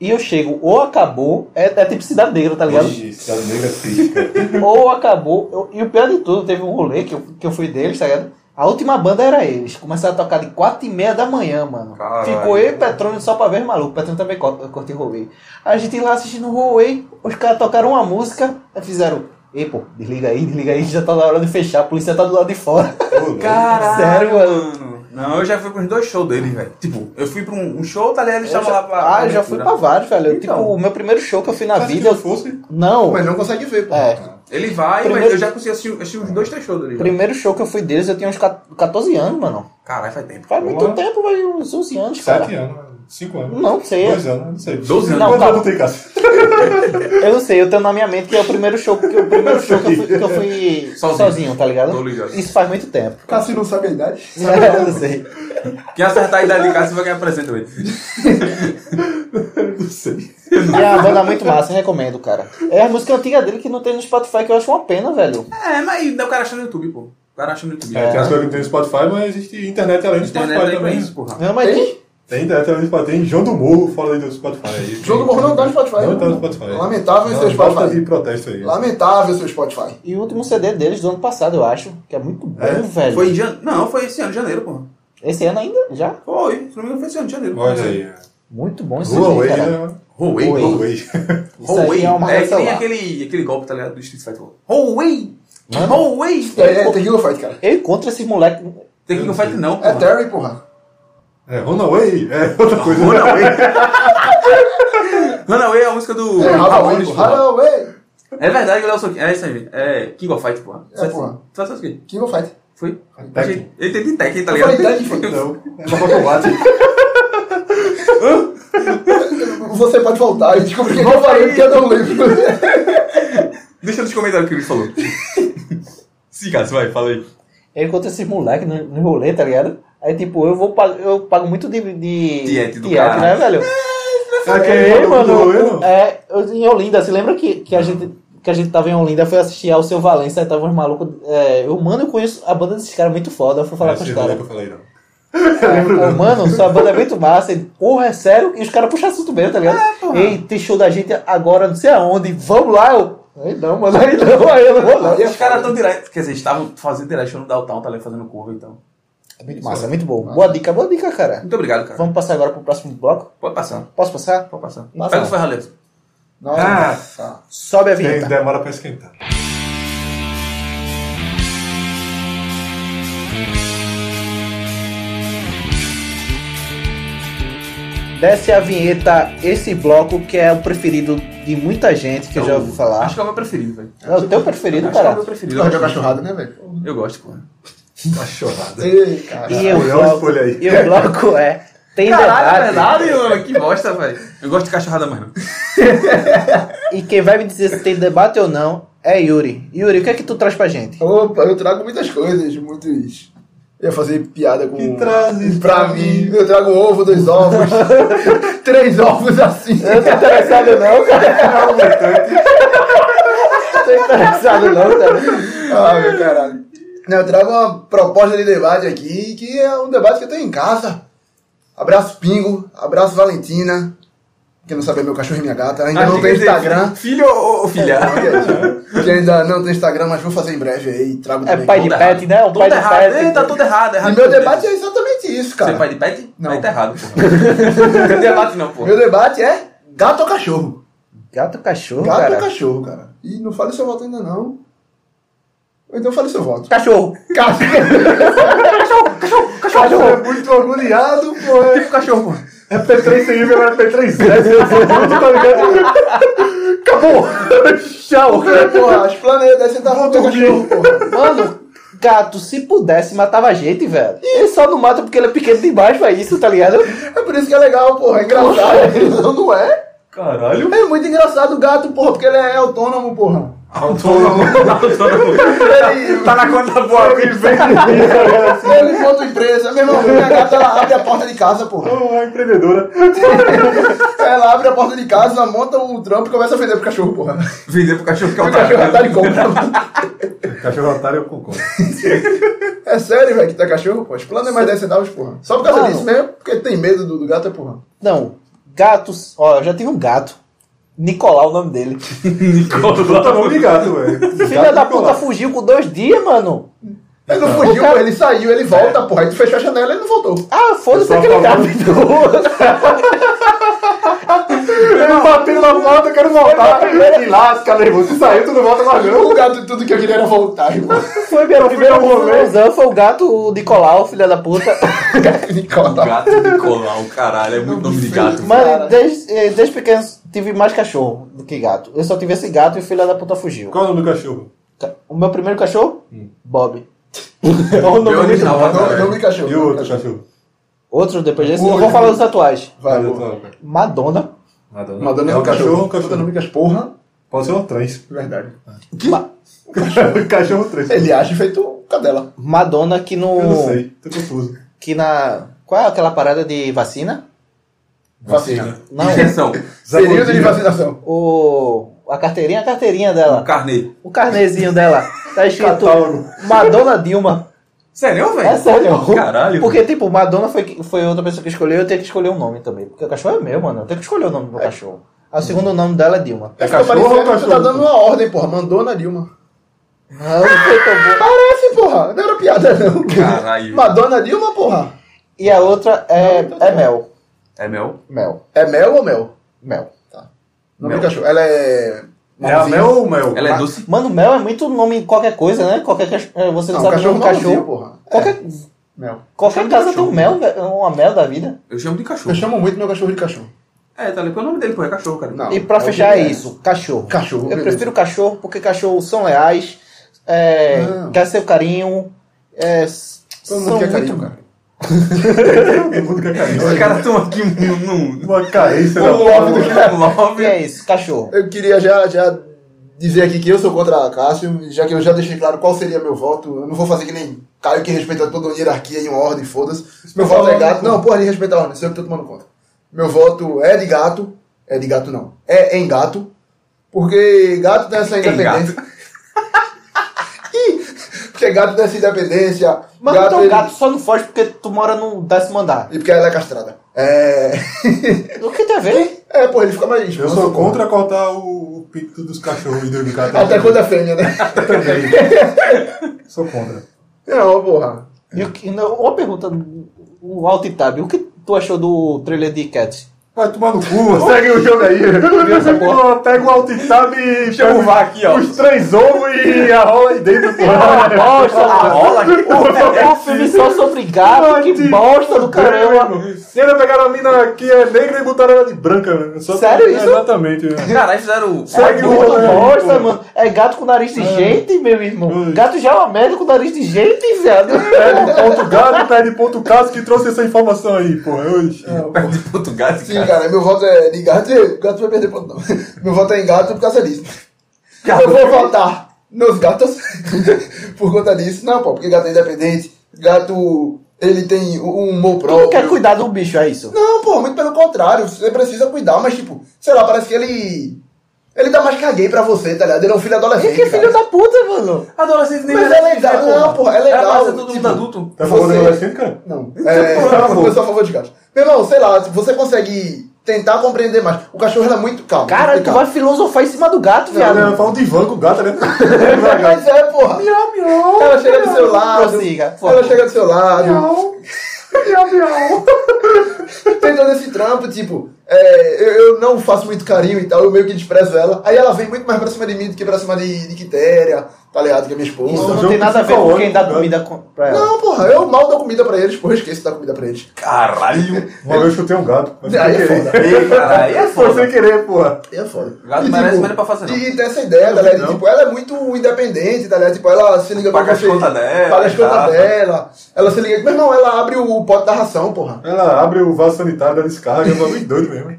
S4: E eu chego, ou acabou, é, é tipo cidadeiro, tá ligado?
S2: Ixi, esse cara é mega triste, cara.
S4: ou acabou. eu- e o pior de tudo, teve um rolê que eu, que eu fui deles, tá ligado? A última banda era eles. Começaram a tocar de 4 e meia da manhã, mano.
S3: Caralho.
S4: Ficou eu e Petrônio só pra ver os malucos. Petrônio também co- curte Huawei. A gente lá assistindo o Huawei, os caras tocaram uma música, aí fizeram. Ei, pô, desliga aí, desliga aí, já tá na hora de fechar, a polícia tá do lado de fora.
S3: Caralho,
S4: Sério,
S3: mano. Não, eu já fui pros dois shows dele, velho. Tipo, eu fui pra um, um show, tá ligado? Eles estavam lá pra.
S4: ah, eu já fui pra vários, velho.
S3: Então.
S4: Tipo, o meu primeiro show que eu fui na
S2: Acho que
S4: vida.
S2: não
S4: eu-
S2: fosse.
S4: Não,
S1: Mas não consegue ver, pô.
S4: É.
S3: Ele vai, mas
S4: Primeiro-
S3: eu já consegui assistir, assistir uns dois, três shows dele.
S4: o primeiro show que eu fui deles, eu tinha uns 14 anos, mano.
S3: Caralho, faz tempo.
S4: Faz
S2: Vamos
S4: muito
S2: lá.
S4: tempo, vai uns 11 anos, cara.
S2: Sete anos, cinco anos.
S4: Não sei.
S2: Dois anos, não sei.
S3: Doze anos.
S4: Não,
S2: Quanto
S4: tá.
S2: anos tem, Cássio?
S4: Eu não sei, eu tenho na minha mente que é o primeiro show que, o primeiro show que eu fui, que eu fui sozinho.
S3: Sozinho.
S4: tá ligado?
S3: Tô ligado.
S4: Isso faz muito tempo.
S1: Cássio não sabe a idade.
S4: eu não sei.
S3: Quem acertar a idade de casa vai ganhar presente também.
S2: Não sei.
S4: E é uma banda muito massa, recomendo, cara. É a música antiga dele que não tem no Spotify, que eu acho uma pena, velho.
S3: É, mas o cara acha no YouTube, pô. O cara acha no YouTube.
S2: É, tem as coisas que tem no Spotify, mas existe internet além do
S3: Internet aí
S2: Spotify
S3: pra
S2: também. né?
S3: isso, porra.
S4: Não, mas tem?
S2: Tem internet além do Spotify. Tem João do Morro fora aí do Spotify. aí.
S1: João do Morro não tá no Spotify.
S2: Não tá no Spotify.
S1: Lamentável
S2: Não,
S1: seu
S2: falta
S1: Spotify.
S2: de protesto aí.
S1: Lamentável seu Spotify.
S4: E o último CD deles do ano passado, eu acho, que é muito bom,
S2: É?
S4: velho.
S3: Foi em janeiro. Não, foi esse ano, janeiro, porra.
S4: Esse ano ainda? Já?
S3: Foi, se não me engano, foi esse ano, janeiro.
S2: Olha aí.
S4: Muito bom esse
S2: Huawei,
S4: CD, cara.
S2: né?
S3: Huawei.
S4: Huawei.
S3: Huawei.
S2: Huawei.
S4: Isso aí é uma
S3: É que nem
S4: é,
S3: aquele, aquele golpe, tá ligado? Do Street Fighter. Huawei!
S4: Mano.
S3: Huawei!
S1: É, é Tequila Fight, cara.
S4: Eu encontro esses moleques.
S3: Tem que não faz não,
S1: É
S3: porra.
S1: Terry, porra.
S2: É, Runaway. É outra coisa.
S3: Runaway. Runaway é a música do...
S1: É Haraway,
S3: Ramones,
S1: porra.
S3: porra.
S1: Haraway.
S3: É verdade que o Léo Soquinho. É isso aí. É King of Fight, porra.
S1: É, porra.
S3: Tu sabe o quê?
S1: King of Fight.
S3: Foi?
S2: Tekken.
S3: Achei- Ele tem de Tekken, tá
S1: Eu
S3: ligado?
S1: falei Tekken, foi.
S2: Não, é uma combate.
S1: Você pode voltar e descobrir que eu falei porque eu não lembro.
S3: Deixa nos comentários o que ele falou. Sim, cara, vai, fala aí.
S4: Eu encontro esses moleques no, no rolê, tá ligado? Aí, tipo, eu vou pag- eu pago muito de. de
S3: Diete do
S4: diete, né,
S3: caralho.
S4: velho?
S2: É
S4: É,
S2: aquele maluco do
S4: mano.
S2: Huawei, não?
S4: É, eu- em Olinda, você lembra que, que, a gente, que a gente tava em Olinda, foi assistir ao seu Valença, aí tava uns malucos. É, eu, mano, eu conheço a banda desses caras muito foda, eu fui falar
S2: É,
S4: com os
S2: vocês não
S4: caras.
S2: lembram que eu falei, não.
S4: Pô, mano, sua banda é muito massa. Ele, porra, é sério? E os caras puxam assunto mesmo, tá ligado?
S2: É,
S4: Ei, tem show da gente agora, não sei aonde, vamos lá, eu. Aí não, mano, aí não, aí eu não vou lá.
S1: Aí é
S3: Os caras estão direto. Quer dizer, estavam fazendo direto no Downtown, tá ligado? Fazendo curva, então.
S4: É muito massa, é muito bom. Boa dica, boa dica, cara.
S3: Muito obrigado, cara.
S4: Vamos passar agora pro próximo bloco?
S3: Pode passar.
S4: Posso passar?
S3: Pode passar.
S4: Passa.
S3: Pega o ferralheiro.
S2: Ah.
S1: Nossa.
S4: Sobe a
S2: Tem,
S4: vinheta.
S2: demora pra esquentar.
S4: Desce a vinheta, esse bloco que é o preferido de muita gente que eu já ouvi falar.
S3: Acho que é o meu preferido, velho.
S4: É o teu preferido,
S3: Acho que é o
S4: cara.
S3: meu preferido.
S1: Não, jogar cachorrada, né, velho?
S3: Eu gosto, pô.
S2: Cachorrada.
S1: Ei, cara.
S4: E o
S2: Olha a
S4: bloco,
S2: escolha aí.
S4: e o bloco é. Tem
S1: Ah,
S3: Caralho, é
S4: debate.
S3: verdade, mano. Que bosta, velho. Eu gosto de cachorrada, mano.
S4: E quem vai me dizer se tem debate ou não é Yuri. Yuri, o que é que tu traz pra gente?
S1: Opa, eu trago muitas coisas, muitos. Eu ia fazer piada com.
S2: Que trazes
S1: pra
S2: pra
S1: mim.
S2: mim?
S1: Eu trago um ovo, dois ovos. três ovos assim.
S2: É.
S4: Eu não tô interessado não, cara. Não tô interessado não, tá? cara.
S1: Ah, meu caralho. Não, eu trago uma proposta de debate aqui, que é um debate que eu tenho em casa. Abraço Pingo, abraço Valentina. Quem não sabe é meu cachorro e minha gata.
S2: Ah,
S1: Ainda
S3: Acho
S1: não
S3: que
S1: tem
S3: Ah, quer dizer,
S1: Instagram. É,
S3: Filho ou, ou filha?
S1: Que ainda não tem Instagram, mas vou fazer em breve aí. Trago
S4: É
S1: também.
S4: pai de
S3: Tudo
S4: pet, né? O
S3: Tudo
S4: pai de
S3: errado. Ei,
S4: pet.
S3: tá tudo errado. errado
S1: E meu
S3: tudo.
S1: debate é exatamente isso,
S3: Você é pai
S1: cara.
S3: de pet?
S1: Não.
S3: Aí tá errado, porra. Não tem debate, não, porra.
S1: Meu debate é gato ou cachorro?
S4: Gato cachorro,
S1: Gato
S4: cara.
S1: ou cachorro, cara? Ih, não fale seu voto ainda não. Ou então fale seu voto.
S4: Cachorro.
S1: Cachorro!
S4: Cachorro,
S1: Cachorro
S4: cachorro.
S1: é muito orgulhado, pô.
S3: o cachorro, pô.
S2: É P3 sem nível, é P3 tá ligado?
S4: Acabou. Tchau.
S1: É, porra, as planetas, você tá voltando cachorro, porra.
S4: Mano, gato, se pudesse, matava a gente, velho. Ele só não mata porque ele é pequeno demais pra isso, tá ligado?
S1: É por isso que é legal, porra. É engraçado. Não, não é?
S2: Caralho.
S1: É muito engraçado o gato, porra, porque ele é autônomo, porra.
S3: Autônomo.
S1: Ele,
S3: Tá na conta boa, aqui, velho.
S1: ele monta empresa. Meu irmão, minha gata, ela tá abre a porta de casa, porra.
S2: Não, é empreendedora.
S1: Ela abre a porta de casa, monta o trampo e começa a vender pro cachorro, porra.
S3: Vender pro cachorro que é
S1: O
S3: o
S1: cachorro já tá
S3: cara.
S1: de compra.
S2: Cachorro otário, eu concordo.
S1: É sério, velho, que tá cachorro, pô. Os planos é mais 10 centavos, porra. Só por causa
S4: Mano.
S1: disso mesmo, porque tem medo do, do gato, é porra.
S4: Não, gatos. Ó, eu já tive um gato. Nicolau, o nome dele.
S2: Puta nome de gato, velho.
S4: Filha da puta fugiu com dois dias, mano.
S1: Ele não
S4: O
S1: fugiu,
S4: cara-
S1: pô, ele saiu, ele volta, porra. Aí tu fechou a janela e ele não voltou.
S4: Ah, foda-se
S2: Eu só
S4: aquele cara.
S2: falo-
S6: Eu bati na porta, eu quero voltar. Me lasca, meu irmão. Se sair, tu não volta mais não.
S1: O gato, tudo que eu queria era voltar, irmão.
S4: Foi minha primeira
S6: um
S4: confusão, foi o gato de colar, filha da puta.
S1: Nicola.
S3: Gato de colar, o caralho, é muito nome de gato.
S4: Mano, desde, eh, desde pequeno tive mais cachorro do que gato. Eu só tive esse gato e o filho da puta fugiu.
S2: Qual é o nome do cachorro?
S4: Ca- O meu primeiro cachorro? Bob. É o
S3: Bem
S4: nome dele.
S3: original,
S1: Não,
S3: cara.
S1: não me cachorro.
S2: E o outro cachorro?
S4: Outro depois desse?
S1: O
S4: Eu vou
S1: outro.
S4: falar dos atuais.
S1: Vai,
S2: Cadê
S1: boa.
S2: o outro?
S4: Madonna.
S2: Nada, não.
S1: Madonna
S2: É
S1: é um cachorro.
S2: um cachorro.
S1: Madonna é um cachorro. Porra,
S2: Pode ser um três.
S1: verdade.
S4: Ma-
S2: cachorro três.
S1: Ele é um age feito cadela.
S4: Madonna que no.
S2: Eu não sei, tô confuso.
S4: Que na. Qual é aquela parada de vacina?
S1: Vacina.
S4: Não.
S3: Injeção,
S1: Período de vacinação.
S4: O. A carteirinha, a carteirinha dela.
S3: um carnê.
S4: O carnezinho dela. Tá escrito
S2: Catálogo.
S4: Madonna Dilma.
S3: Sério, velho?
S4: É sério.
S3: Caralho.
S4: Porque, tipo, Madonna foi, foi outra pessoa que escolheu, eu tenho que escolher o nome também. Porque o cachorro é meu, mano. Eu tenho que escolher o nome do meu cachorro. Ah, O segundo nome dela é Dilma.
S1: É
S2: cachorro ou
S1: Tu
S2: cachorro?
S1: tá dando uma ordem, porra. Mandou na Dilma.
S4: Não, não foi tão bom.
S1: Parece, porra. Não era piada, não.
S3: Caralho.
S1: Madonna Dilma, porra.
S4: E a outra é,
S1: Não, então
S4: é
S1: tá.
S4: Mel.
S3: É meu?
S4: Mel.
S1: É mel ou mel?
S4: Mel.
S1: Não
S3: Mel.
S1: me cachorro. Ela é.
S2: É a
S1: marronzinha.
S2: Mel ou Mel?
S3: Ela é doce?
S4: Mano, Mel é muito nome em qualquer coisa, né? Qualquer cachorro. Você não,
S1: Não,
S4: sabe o
S1: cachorro é?
S4: nome do
S1: marronzinho,
S4: cachorro.
S1: porra.
S4: Qualquer,
S1: Mel.
S4: qualquer
S1: é
S4: casa tem um mel, velho, uma mel da vida.
S3: Eu chamo de
S1: Eu
S3: cachorro.
S1: chamo muito meu cachorro de cachorro.
S3: É, tá ligado? Qual é o nome dele, pô? É cachorro, cara.
S1: Não.
S4: E pra
S1: é o que
S4: fechar é
S1: é.
S4: isso, cachorro.
S1: Cachorro,
S4: Eu
S1: beleza.
S4: prefiro cachorro porque cachorros são leais, é,
S1: Não.
S4: quer seu carinho, é,
S1: Todo
S4: são
S1: mundo quer
S4: muito...
S1: carinho, cara.
S2: Todo mundo quer carinho.
S3: Os caras estão aqui num. num-
S2: Uma carência
S1: Pô,
S2: da
S1: óbvio.
S2: porra.
S3: num
S4: E
S3: love.
S4: é isso, cachorro.
S1: Eu queria já, já dizer aqui que eu sou contra a Cássio, já que eu já deixei claro qual seria meu voto. Eu não vou fazer que nem Caio que respeita toda uma hierarquia e uma ordem, foda-se. Meu voto é gato. Não, porra, ele respeita a ordem, sou eu é que tô tomando conta. Meu voto é de gato. É de gato não. É em gato. Porque gato tem essa
S3: gato.
S1: independência. Ih, porque gato tem essa independência.
S4: Mas então o
S1: ele-
S4: gato só não foge porque tu mora no décimo andar.
S1: E porque ela é castrada. É.
S4: O que tem a ver?
S1: é, porra, ele fica mais.
S2: Eu sou contra cortar o, o picto dos cachorros e do gato.
S1: Até quando é fêmea, né?
S2: Sou contra.
S1: Não, porra.
S4: E o que- não, uma pergunta, o alt-tab, o que tu achou do trailer de Cats?
S2: Vai tomar no cu, segue o jogo aí. Pô, Pega o alt tab e
S3: Chama o
S2: pega
S3: VAR aqui, ó.
S2: os três ovos e a rola aí dentro. porra.
S4: Bosta, a rola que é um filme só sobre gato, que bosta do é, caramba.
S2: E ainda pegaram a mina que é negra e botaram ela de branca, mano. Só
S4: Sério isso?
S2: Exatamente. mano.
S3: Caralho, fizeram.
S4: É
S2: Segue o
S4: muito
S2: rolê,
S4: bosta,
S2: pô.
S4: mano. É gato com nariz de gente, meu irmão.
S2: Ai.
S4: Gato já é uma merda com nariz de gente, viado. É,
S2: Pede ponto gado, pede ponto caso que trouxe essa informação aí, pô. Oxi.
S3: Perto de Portugal, esse
S1: Sim,
S3: cara.
S1: cara, meu voto é de gato e gato vai perder ponto não. Meu voto é em gato por causa disso. Eu vou votar nos gatos por conta disso. Não, pô, porque gato é independente. Gato, ele tem um humor
S4: Tu não
S1: próprio.
S4: quer cuidar do bicho, é isso?
S1: Não, pô, muito pelo contrário. Você precisa cuidar, mas tipo, sei lá, parece que ele... Ele dá mais caguei pra você, tá ligado? Ele é um filho
S4: E
S1: adolescente,
S4: que filho
S1: cara.
S4: da puta, mano.
S3: Adolescente nem né,
S1: Mas
S3: merece
S1: é legal,
S3: viver,
S1: não, porra, é legal,
S3: Ela passa todo mundo
S1: tipo-
S3: adulto.
S2: Tá falando
S1: Você-
S2: do adolescente, cara?
S1: Não. É, eu sou a favor de gato. Meu irmão, sei lá, você consegue tentar compreender mais. O cachorro era muito calmo.
S4: Cara,
S1: muito
S4: tu
S1: calmo.
S4: vai filosofar em cima do gato, viado.
S2: Ela fala um divã com gato, né?
S1: Mas é, porra. Miau, miau. Ela chega do seu lado.
S4: Prossiga, por
S1: ela
S4: favor.
S1: chega do seu lado. Tem todo esse trampo, tipo, é, eu, eu não faço muito carinho e tal, eu meio que desprezo ela. Aí ela vem muito mais pra cima de mim do que pra cima de, de Quitéria, tá ligado? Que é minha
S4: Isso
S1: esposa.
S4: não
S2: jogo
S4: tem nada a ver com
S2: psicológico,
S4: quem dá
S2: cara.
S4: comida com- pra ela.
S1: Não, porra, eu mal dou comida pra eles, porra, eu esqueço de dar comida pra eles.
S3: Caralho.
S2: Uma vez eu chutei um gato. Foi sem
S1: Aí é
S2: querer.
S1: foda.
S3: Ei, caralho, aí é
S2: Foi
S3: foda.
S2: sem querer, porra.
S1: Aí é foda.
S3: Gato merece, mas não é pra fazer, não.
S1: E tem essa ideia, tá ligado? Tipo, ela é muito independente, tá ligado? Tipo, ela se liga
S3: Paga
S1: pra
S3: as
S1: você.
S3: contas dela,
S1: Paga as
S3: tá.
S1: contas dela. Ela se liga. Meu irmão, ela abre o pote da ração, porra.
S2: Ela abre o vaso sanitário da descarga, é um bagulho doido mesmo.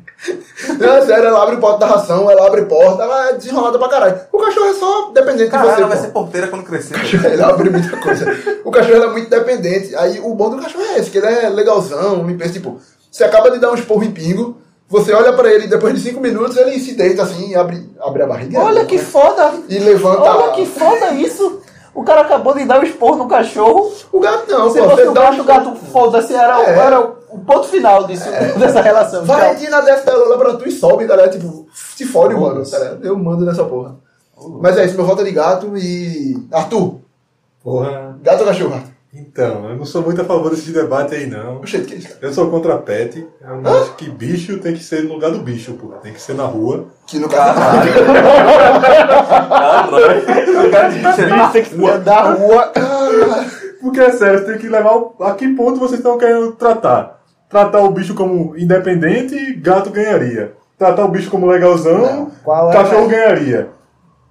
S1: Não, é sério, ela abre o pote da ração, ela abre porta, ela é desenrolada pra caralho. O cachorro é só dependente
S3: Caralho,
S1: de você.
S3: ela vai
S1: pô.
S3: ser porteira quando crescer. tá velho.
S1: Ele abre muita coisa. O cachorro ele é muito dependente. Aí o bom do cachorro é esse, que ele é legalzão, limpeza, tipo, você acaba de dar um esporro em pingo, você olha pra ele e depois de cinco minutos ele se deita assim, abre, abre a barriga.
S4: Olha que foda.
S1: né? E levanta.
S4: Olha que foda isso. O cara acabou de dar um esporro no cachorro.
S1: O gato não,
S4: Se
S1: pô.
S4: fosse
S1: Você
S4: o
S1: dá
S4: gato,
S1: um
S4: o gato foda-se, era, o-
S1: É.
S4: era o ponto final disso, dessa relação. Tchau.
S1: Valentina desce da lula pra tu e sobe, galera. Tipo, se fode, mano. Tá ligado? Eu mando nessa porra. Mas é isso, meu voto é de gato e. Arthur,
S2: Porra.
S1: Gato ou cachorro, Arthur?
S2: Então, eu não sou muito a favor desse debate aí, não.
S1: Oxente, que é isso, cara?
S2: Eu sou contra pet. Eu não acho que bicho tem que ser no lugar do bicho, porra. Tem que ser na rua.
S1: Que no caso é
S4: É da rua.
S2: Porque é sério, você tem que levar o- a que ponto vocês estão querendo tratar. Tratar o bicho como independente, gato ganharia. Tratar o bicho como legalzão,
S4: Qual é,
S2: cachorro ganharia.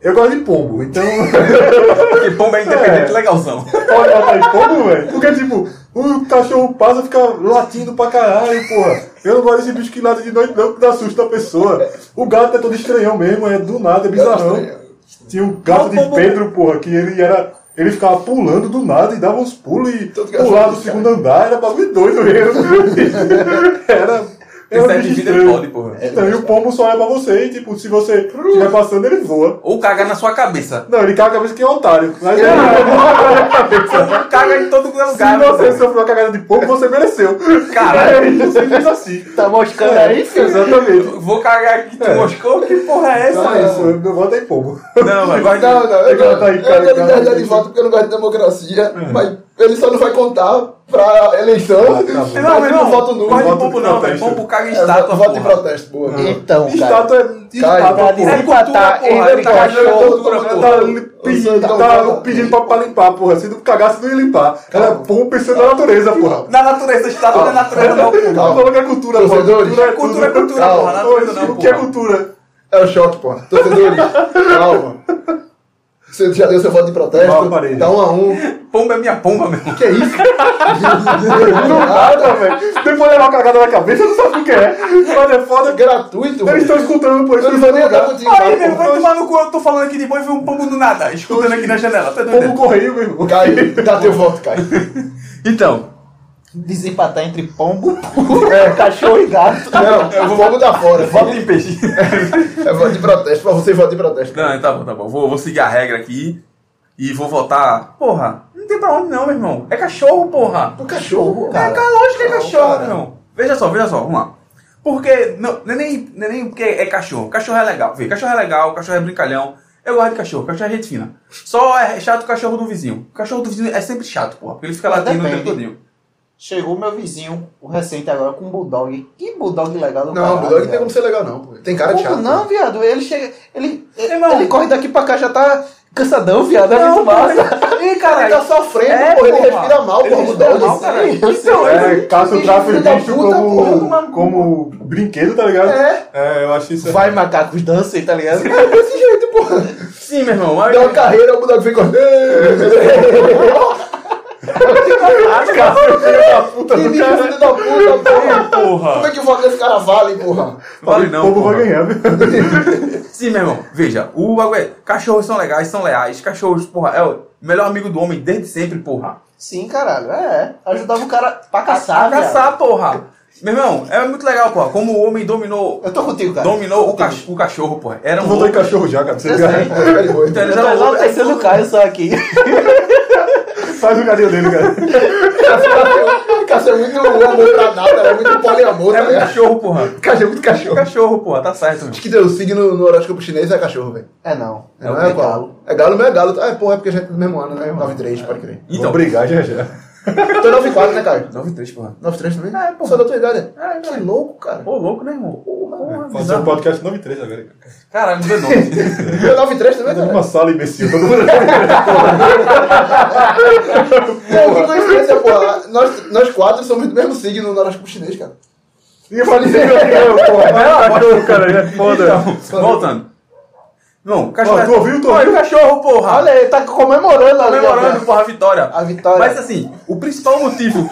S2: Eu gosto de pombo, então.
S3: Porque pomba é independente
S2: É.
S3: legalzão.
S2: Olha atrás de pombo, velho. Porque, tipo, o cachorro passa e fica latindo pra caralho, porra. Eu não gosto desse bicho que late de noite, não, que dá susto na pessoa. O gato é todo estranhão mesmo, é do nada, é bizarrão.
S1: estranhão.
S2: Tinha um gato de Pedro, porra, que ele era. Ele ficava pulando do nada e dava uns pulos e
S1: Todo gato
S2: pulava do
S1: cara.
S2: segundo andar, era bagulho doido mesmo. era.
S3: Tem
S2: Era um
S3: sete
S2: bicho
S3: vidas
S2: estranho.
S3: pode, porra.
S2: Então, e o pombo só é pra você e, tipo, se você estiver passando, ele voa.
S3: Ou cagar na sua cabeça.
S2: Não, ele caga a cabeça que é um otário. Mas é, ele
S3: Caga em todo
S2: Se
S3: lugar.
S2: você
S3: pô.
S2: sofreu a cagada de pombo, você mereceu.
S3: Caralho.
S2: É, Você fez assim.
S4: Tá moscando
S1: É.
S4: aí?
S2: Exatamente.
S3: Eu Vou cagar aqui, tu
S2: É.
S3: moscou? Que porra é essa?
S2: Então é isso, eu não voto em pombo.
S3: Não,
S1: Não,
S3: mas gosto de-
S1: não, eu,
S2: Tem que
S1: quero-
S2: botar aí,
S1: eu
S2: cara,
S1: quero
S2: cara,
S1: liberdade de
S2: isso.
S1: voto porque eu não gosto de democracia, mas ele só não vai contar pra eleição.
S2: Ah, tá bom.
S1: Mas
S3: Não,
S1: eu
S3: meu
S1: não
S3: irmão,
S1: voto nulo.
S3: Gosto de
S2: voto
S3: pombo
S2: de
S3: não, velho.
S2: protesto.
S3: Pombo caga em
S1: É,
S3: estátua.
S1: voto de
S3: porra.
S1: protesto, boa.
S4: Então, cara.
S2: Estátua é. Estátua,
S4: Cara,
S2: porra.
S3: É cultura,
S4: Empatar
S3: porra.
S4: entre
S3: Ele tá cagando
S4: cachorro,
S3: em cultura,
S2: Ela
S3: porra.
S2: tá, li-
S1: Você
S2: pe-
S1: tá-
S2: tá pedindo pra, pra limpar, porra. Se não cagasse, não ia limpar. Ela é pombo pensando na natureza, porra.
S3: Na natureza, estátua não é natureza não, porra.
S2: Ela falou que é cultura, porra.
S1: Torcedores.
S2: Cultura é
S3: Cultura é
S2: tudo.
S3: cultura, porra.
S1: Calma.
S3: Natureza não,
S2: O que é
S3: porra.
S2: cultura?
S1: É o choque, pô. Torcedores, calma. Você já deu seu voto de protesto?
S2: Mal parede.
S1: Tá um a um.
S3: Pomba é minha pomba, meu irmão.
S1: Que é isso?
S2: Do nada, velho. Depois levar uma cagada na cabeça, não sabe o que é. Mas é foda.
S1: Gratuito,
S2: Eles
S1: mano.
S2: estão escutando, pô. Eles
S1: Eu não vou nem andar
S2: estão
S1: contigo. cara,
S3: Aí, meu,
S1: pô.
S3: vai tomar no cu, eu tô falando aqui de boa e vem um pombo do nada, escutando é aqui na janela, tá
S2: Pombo
S3: doido?
S2: correio, meu irmão.
S1: Caio, dá teu voto, Caio.
S3: Então,
S4: Desempatar entre pombo,
S1: É.
S4: cachorro e gato.
S1: Não, eu vou mudar fora.
S3: bota em peixe.
S1: É voto de protesto, pra você voto de protesto.
S3: Não, tá bom, tá bom. Vou, vou seguir a regra aqui e vou votar. Porra, não tem pra onde não, meu irmão. É cachorro, porra.
S1: O cachorro,
S3: É,
S1: cara.
S3: cara, lógico que é cachorro,
S1: cara.
S3: meu irmão. Veja só, veja só, vamos lá. Porque, não, não é nem, não é nem porque é cachorro. Cachorro é legal. Vê, cachorro é legal, cachorro é brincalhão. Eu gosto de cachorro, cachorro é gente fina. Só é chato o cachorro do vizinho. O cachorro do vizinho é sempre chato, porra. Porque ele fica
S4: Mas
S3: latindo o tempo
S4: depende.
S3: todinho.
S4: Chegou meu vizinho, o recente agora, com um bulldog. Que bulldog legal do
S1: Não, o
S4: caralho,
S1: Bulldog Ah, não tem um
S4: velho.
S1: como ser legal, não. pô. Tem cara de
S4: Como
S1: chato. né?
S4: não, viado? Ele chega. Ele,
S3: Irmão.
S4: ele corre daqui pra cá, já tá cansadão, viado. É
S3: Não,
S4: muito massa.
S3: Ih,
S1: Ele tá
S3: caralho.
S1: sofrendo,
S3: É,
S1: porra. Ele
S3: porra.
S1: respira mal,
S3: Ele
S1: porra. O
S3: respira mal,
S1: Bulldog.
S3: caralho. Então,
S2: É, caça o tráfico
S1: Filho
S2: de
S1: da
S2: bicho
S1: puta, porra,
S2: como,
S1: mano.
S2: como brinquedo, tá ligado?
S1: É.
S2: eu acho isso.
S4: Vai, macacos, dancem, tá ligado?
S1: Desse jeito, porra.
S3: Sim, meu irmão. Olha
S1: Dá uma carreira, é o Bulldog fica.
S2: Caça o filho da puta
S1: Que
S2: do
S1: bicho
S2: cara.
S1: filho da puta, porra.
S3: porra.
S1: Como é que o voto desse cara vale, porra?
S3: Vale
S2: o
S3: não,
S2: povo
S3: porra.
S2: vai ganhar, viu?
S3: Sim, meu irmão. Veja, o bagulho é, cachorros são legais, são leais. Cachorros, porra, é o melhor amigo do homem desde sempre, porra.
S4: Sim, caralho. É, é. Ajudava o cara pra
S3: Pra
S4: caçar, viado.
S3: caçar, porra. Meu irmão, é muito legal, porra. Como o homem dominou,
S4: Eu tô contigo, cara.
S3: dominou o, cach- o cachorro, porra. Era um
S2: Voltou em
S3: lobo.
S2: cachorro já, cara. pra Você
S4: sei.
S1: É,
S2: ganhar.
S3: Então,
S4: Eu
S3: eles
S4: tô
S3: eram lobo, aí
S4: exaltecendo
S3: todo-
S4: o Caio só aqui.
S2: Faz o carinho dele, cara.
S1: Cachorro é muito amor pra nada, é muito poliamor,
S3: É
S1: tá
S3: um
S1: ligado?
S3: cachorro, porra.
S1: Cachorro é muito
S3: O
S1: cachorro.
S3: cachorro, porra, tá certo, meu.
S1: Acho que deu signo no horóscopo chinês é cachorro, velho.
S4: É não.
S1: É, não é
S4: o
S1: qual? É galo, não é galo. Ah, é porra, é porque a gente é do mesmo ano, né? 93, pode crer.
S2: Então.
S3: Então,
S2: brigar já já.
S1: Então 94, né, Caio?
S3: 93, porra.
S1: 93 também?
S3: É, porra.
S1: Só da tua idade.
S3: É,
S1: que louco, cara.
S3: Ô, louco, né, irmão? Porra, porra,
S2: Pode ser um
S3: bizarro.
S2: podcast 93 agora. cara.
S3: Caralho, mudou nome.
S1: É 93 também, cara.
S2: Uma sala imbecil, todo mundo.
S1: Pô, É, que coincidência, porra. Nós, nós quatro somos do mesmo signo no horóscopo chinês, cara.
S2: Ninguém fala isso, meu porra. É cachorro, cara. É foda.
S3: Voltando. Não, o cachorro.
S2: Ó,
S3: é-
S2: tu ouviu, tu ouviu?
S3: Olha o cachorro, porra.
S4: Olha, ele tá comemorando
S1: né?
S4: ali.
S3: comemorando, porra, a vitória.
S4: A vitória.
S3: Mas assim, o principal motivo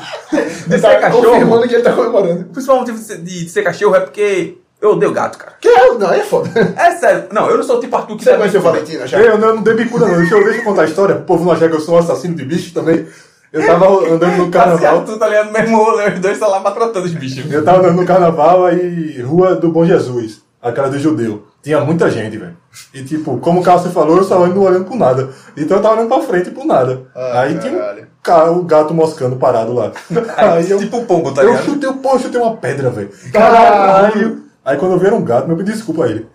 S3: de
S1: Tá
S3: ser cachorro.
S1: confirmando que ele tá comemorando.
S3: O principal motivo de ser- de ser cachorro é porque eu odeio gato, cara.
S1: Que é? Não, aí é foda.
S3: É sério. Não, eu não sou o tipo Arthur que
S1: Você
S3: sabe
S1: conheceu o
S3: tudo.
S1: Valentina já?
S2: Eu não, não dei bicuda, não. Deixa eu, deixa eu contar a história. O povo não achar que eu sou um assassino de bicho também. Eu tava andando no
S3: Tá certo,
S2: carnaval.
S3: tu tá ligado? Mesmo rolê, os dois estão lá maltratando os bichos.
S2: Eu tava andando no carnaval aí, Rua do Bom Jesus, a cara do judeu. Tinha muita gente, velho. E tipo, como o Cássio falou, eu só ando olhando pro nada. Então eu tava olhando pra frente e pro nada.
S1: Ah,
S2: aí tinha
S1: caralho.
S2: um, cara, um gato moscando parado lá. aí eu,
S3: Tipo o pombo, tá
S2: eu
S3: ligado?
S2: chutei, pô, eu chutei uma pedra, velho. Caralho! Aí quando eu vi era um gato, eu pedi desculpa a ele.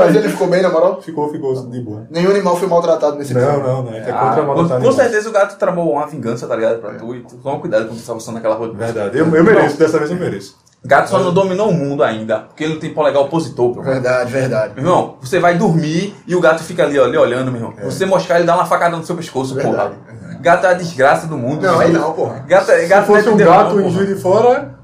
S1: Mas ele ficou bem, na moral?
S2: Ficou, ficou de boa.
S1: Nenhum animal foi maltratado nesse
S2: Não,
S1: episódio.
S2: não, não. É que é
S3: Ah,
S2: contra a
S3: com,
S2: maltratar
S3: com
S2: animais.
S3: certeza o gato tramou uma vingança, tá ligado? Pra tu e tu toma cuidado quando tu tá passando naquela rua.
S2: Verdade. Eu, eu mereço, dessa vez eu mereço.
S3: Gato só não dominou o mundo ainda, porque ele não tem polegar opositor, pô. Meu
S1: Verdade, verdade.
S3: irmão, você vai dormir e o gato fica ali, ó, ali olhando, meu irmão.
S2: É.
S3: Você moscar, ele dá uma facada no seu pescoço,
S1: Verdade.
S3: porra. Gato é a desgraça do mundo.
S1: Não, aí
S3: meu
S1: não,
S3: irmão.
S1: porra.
S3: Gato, é- gato
S2: Se fosse
S3: não é
S2: um
S3: teu
S2: gato
S3: irmão,
S2: em
S3: porra.
S2: Juiz de Fora,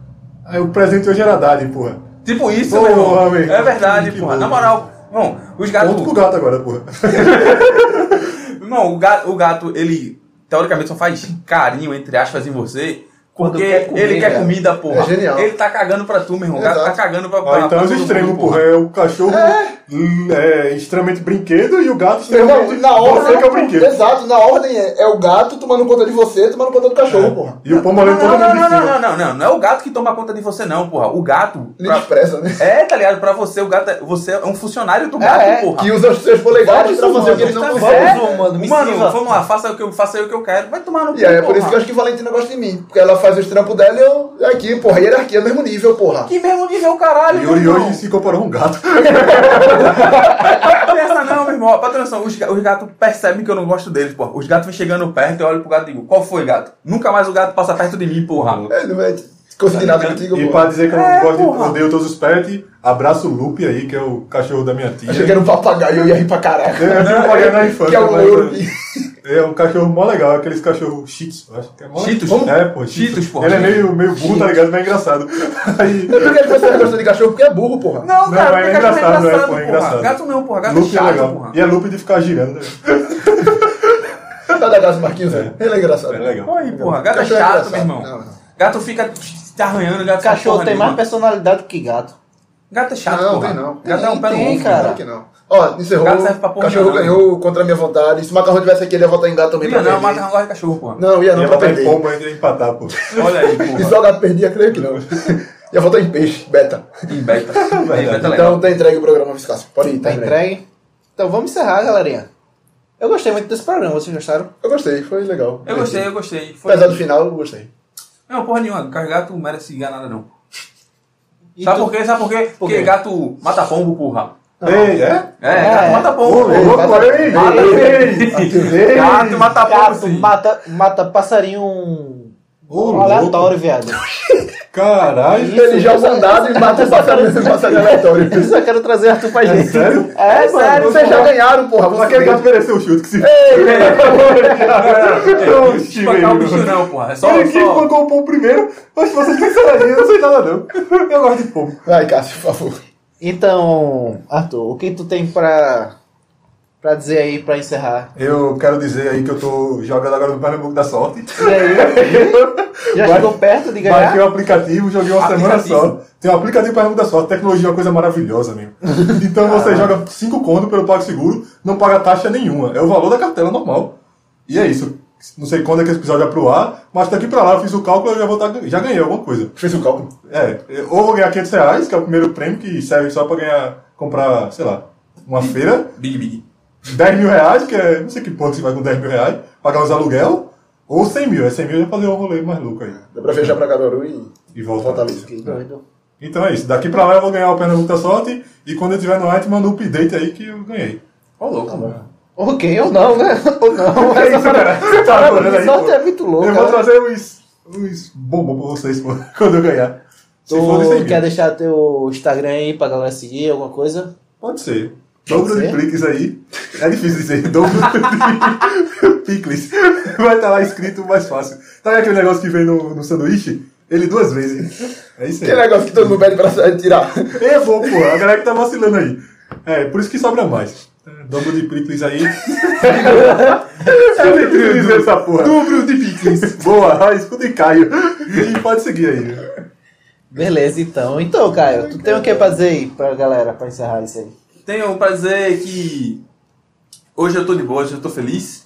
S2: aí o presente hoje era Haddad, porra.
S3: Tipo isso,
S2: Porra,
S3: meu irmão.
S2: velho.
S3: É verdade,
S2: Que
S3: porra.
S2: bom.
S3: Na moral, bom, os gatos.
S2: Ponto pro gato agora, porra.
S3: Não, o gato, o gato, ele teoricamente só faz carinho, entre aspas, em você.
S4: Quando
S3: Porque
S4: quer comer,
S3: ele quer
S4: velho.
S3: comida, porra.
S1: É genial.
S3: Ele tá cagando pra tu, meu irmão. O gato
S1: Exato.
S3: tá cagando pra, pra,
S2: Ah, então
S3: pra
S2: é os
S3: todo
S2: extremos,
S3: mundo,
S2: porra. É o cachorro hum, é. extremamente brinquedo e o gato extremamente.
S1: na
S2: Você que é o
S1: ordem.
S2: brinquedo.
S1: Exato, na ordem é, é o gato tomando conta de você, tomando conta do cachorro, porra.
S2: E o pomolino todo
S3: Não, não,
S2: mundo
S3: não,
S2: em
S3: não, não,
S2: cima.
S3: não, não. Não é o gato que toma conta de você, não, porra. O gato.
S1: Ele
S3: pra-
S1: expressa, né?
S3: É, tá ligado? Pra você, o gato. é- Você é um funcionário do gato,
S4: é.
S3: porra.
S1: Que usa os seus polegares pra fazer o que ele não
S3: Justamente.
S2: Tá
S3: É.
S1: consegue.
S4: Vamos, mano, me
S3: Mano,
S4: sirva.
S3: vamos lá, faça o que eu, faça aí o que eu quero. Vai tomar no
S1: E aí, é por
S3: porra.
S1: isso que eu acho que Valentina gosta de mim. Porque ela faz os trampos dela e eu. Aqui, porra, hierarquia é mesmo nível, porra.
S3: Que mesmo nível, caralho, meu
S2: Yuri
S3: irmão.
S2: hoje se comparou a um gato.
S3: Pensa não, meu irmão. Presta atenção, os, ga- os gatos percebem que eu não gosto deles, porra. Os gatos vêm chegando perto, eu olho pro gato e digo, qual foi, gato? Nunca mais o gato passa perto de mim, porra.
S1: É, Ele não vai conseguir nada contigo,
S2: Tá E pra
S1: porra.
S2: dizer que eu não
S3: É,
S2: gosto de
S3: porra.
S2: odeio todos os pets, abraço o Lupe aí, que é o cachorro da minha tia.
S1: Achei que era um papagaio e eu ia rir pra caralho.
S2: Eu tive um problema na infância.
S1: Que é um
S2: mas-
S1: louro.
S2: É um cachorro mó legal, aqueles cachorros cheetos, eu acho que é mó
S3: Cheetos?
S2: É, pô,
S3: Cheetos, porra.
S2: Ele é meio, meio burro, tá ligado? Mas é engraçado. Aí,
S1: Por que você gosta de cachorro? Porque é burro, porra.
S3: Não,
S2: Não,
S3: cara,
S2: é
S3: porque cachorro
S2: engraçado,
S3: é
S2: é,
S3: engraçado,
S2: pô, é
S3: porra.
S2: engraçado.
S3: Gato não, porra. Gato é
S2: loop é
S3: chato,
S2: legal.
S3: porra.
S2: E é loop de ficar girando, né?
S1: Tá da graça, Marquinhos? Ele é engraçado.
S2: É legal.
S3: Aí, porra, gato é
S1: Cachorro é
S3: chato,
S1: engraçado.
S3: meu irmão.
S1: Não, não.
S3: Gato fica se arranhando, gato faz
S4: Cachorro
S3: porra né?
S4: tem mais
S3: nenhuma.
S4: personalidade que gato. Tá
S3: Gato é chato,
S1: Não,
S3: porra.
S1: tem não.
S3: Gato é um pé no
S4: Tem,
S3: ovo,
S4: cara.
S1: Claro que não. Ó, encerrou.
S3: Gato serve pra porra
S1: cachorro
S3: nenhuma.
S1: ganhou contra a minha vontade. Se o macarrão tivesse aqui, ele ia votar em gato também
S3: Não,
S1: pra
S3: não,
S1: perder.
S3: mata não gosta de cachorro, porra.
S1: Não, ia não
S2: Ia
S1: pra
S2: botar em
S1: perder.
S2: pombo ainda e empatar, pô.
S3: Olha aí,
S1: E
S3: porra.
S1: só gato perdia, creio que não. ia votar em peixe, beta.
S3: Em beta. Em beta é legal.
S1: Então tá entregue o programa Viscasso. Pode ir,
S4: Tá
S1: tá entregue.
S4: entregue? Então vamos encerrar, galerinha. Eu gostei muito desse programa, vocês gostaram?
S1: Eu gostei, foi legal.
S3: Eu gostei, eu gostei. Foi...
S1: Apesar do final, eu gostei.
S3: Não, porra nenhuma. Gato não merece ganhar nada, não.
S4: E
S3: Sabe
S4: tu-
S3: por quê? Sabe por quê? Porque
S4: quê?
S3: gato mata pombo, porra.
S2: Ei, é?
S3: É, gato mata
S2: Ô,
S3: pombo. porra.
S2: louco, ei, ei, ei.
S3: Gato mata pombo,
S4: Gato
S3: sim.
S4: mata, mata passarinho um
S2: Ô, louco.
S4: aleatório, viado.
S2: Caralho.
S1: Ele já usa andado e mata o passarinho esse passarinho aleatório.
S4: Eu só quero trazer Arthur pra gente.
S2: sério?
S4: É, mano.
S1: Vocês já ganharam, porra. Vocês
S2: Aquele gato
S1: ganharam.
S2: mereceu o chute que se. É,
S3: Não,
S2: Ô,
S3: não
S2: Chico,
S3: espancar o
S2: meu.
S3: bicho não, porra. É só,
S2: Olha aqui,
S3: só...
S2: bancou o pombo primeiro. Mas se vocês pensarem, eu não sei nada, não. Eu gosto de pombo.
S1: Vai, Cássio, por favor.
S4: Então, Arthur, o que tu tem pra, pra dizer aí pra encerrar?
S2: Eu quero dizer aí que eu tô jogando agora no Pernambuco da Sorte.
S4: E aí? Já
S2: Vai-
S4: chegou perto de
S2: Baixei
S4: ganhar?
S2: o um aplicativo, joguei uma semana só.
S3: Aplicativo.
S2: Tem um aplicativo para da sorte, tecnologia é uma coisa maravilhosa mesmo. Então você joga 5 conto pelo PagSeguro, não paga taxa nenhuma. É o valor da cartela normal. E é isso. Não sei quando é que esse episódio vai pro ar, mas daqui pra lá eu fiz o cálculo e eu já, vou tá- já ganhei alguma coisa.
S1: Fez o cálculo.
S2: É, eu- ou vou ganhar 500 reais, que é o primeiro prêmio que serve só pra ganhar, comprar, sei lá, uma feira.
S3: Big, big.
S2: 10 mil reais, que é. Não sei que porra que você vai com 10 mil reais, pagar uns aluguel. Ou 100 mil, é 100 mil já fazer um rolê mais louco aí.
S1: Dá pra fechar pra Caruaru e
S2: E volta.
S1: Fortaleza.
S4: Que doido.
S2: Então é isso. Daqui pra lá eu vou ganhar o Pernambuco da Sorte. E quando eu tiver no ar, te mando um update aí que eu ganhei.
S3: Ô, louco, mano.
S4: Ok, ou não, né? Ou não.
S2: É isso, cara. Tá adorando aí,
S4: sorte
S2: pô.
S4: é muito louca.
S2: Eu vou
S4: né?
S2: trazer um uns, uns bombom pra vocês, pô, quando eu ganhar. Se for de 100
S4: Tu
S2: mil.
S4: quer deixar teu Instagram aí pra galera seguir, alguma coisa?
S2: Pode ser. Dobro de
S4: ser?
S2: cliques aí. É difícil dizer. Dobro de picles. Vai estar lá escrito mais fácil. Tá aí aquele negócio que vem no, no sanduíche? Ele duas vezes. É isso aí.
S1: Que negócio que todo mundo pede pra tirar.
S2: É bom, pô. A galera que tá vacilando aí. É, por isso que sobra mais. Dobro de picles aí. Sempre picles essa porra. Dobro de picles. Boa, ah, escuta e Caio. E pode seguir aí.
S4: Beleza, então. Então, Caio, tu tem o que pra dizer aí pra galera, pra encerrar isso aí?
S3: Tenho pra dizer que hoje eu tô de boa, hoje eu tô feliz.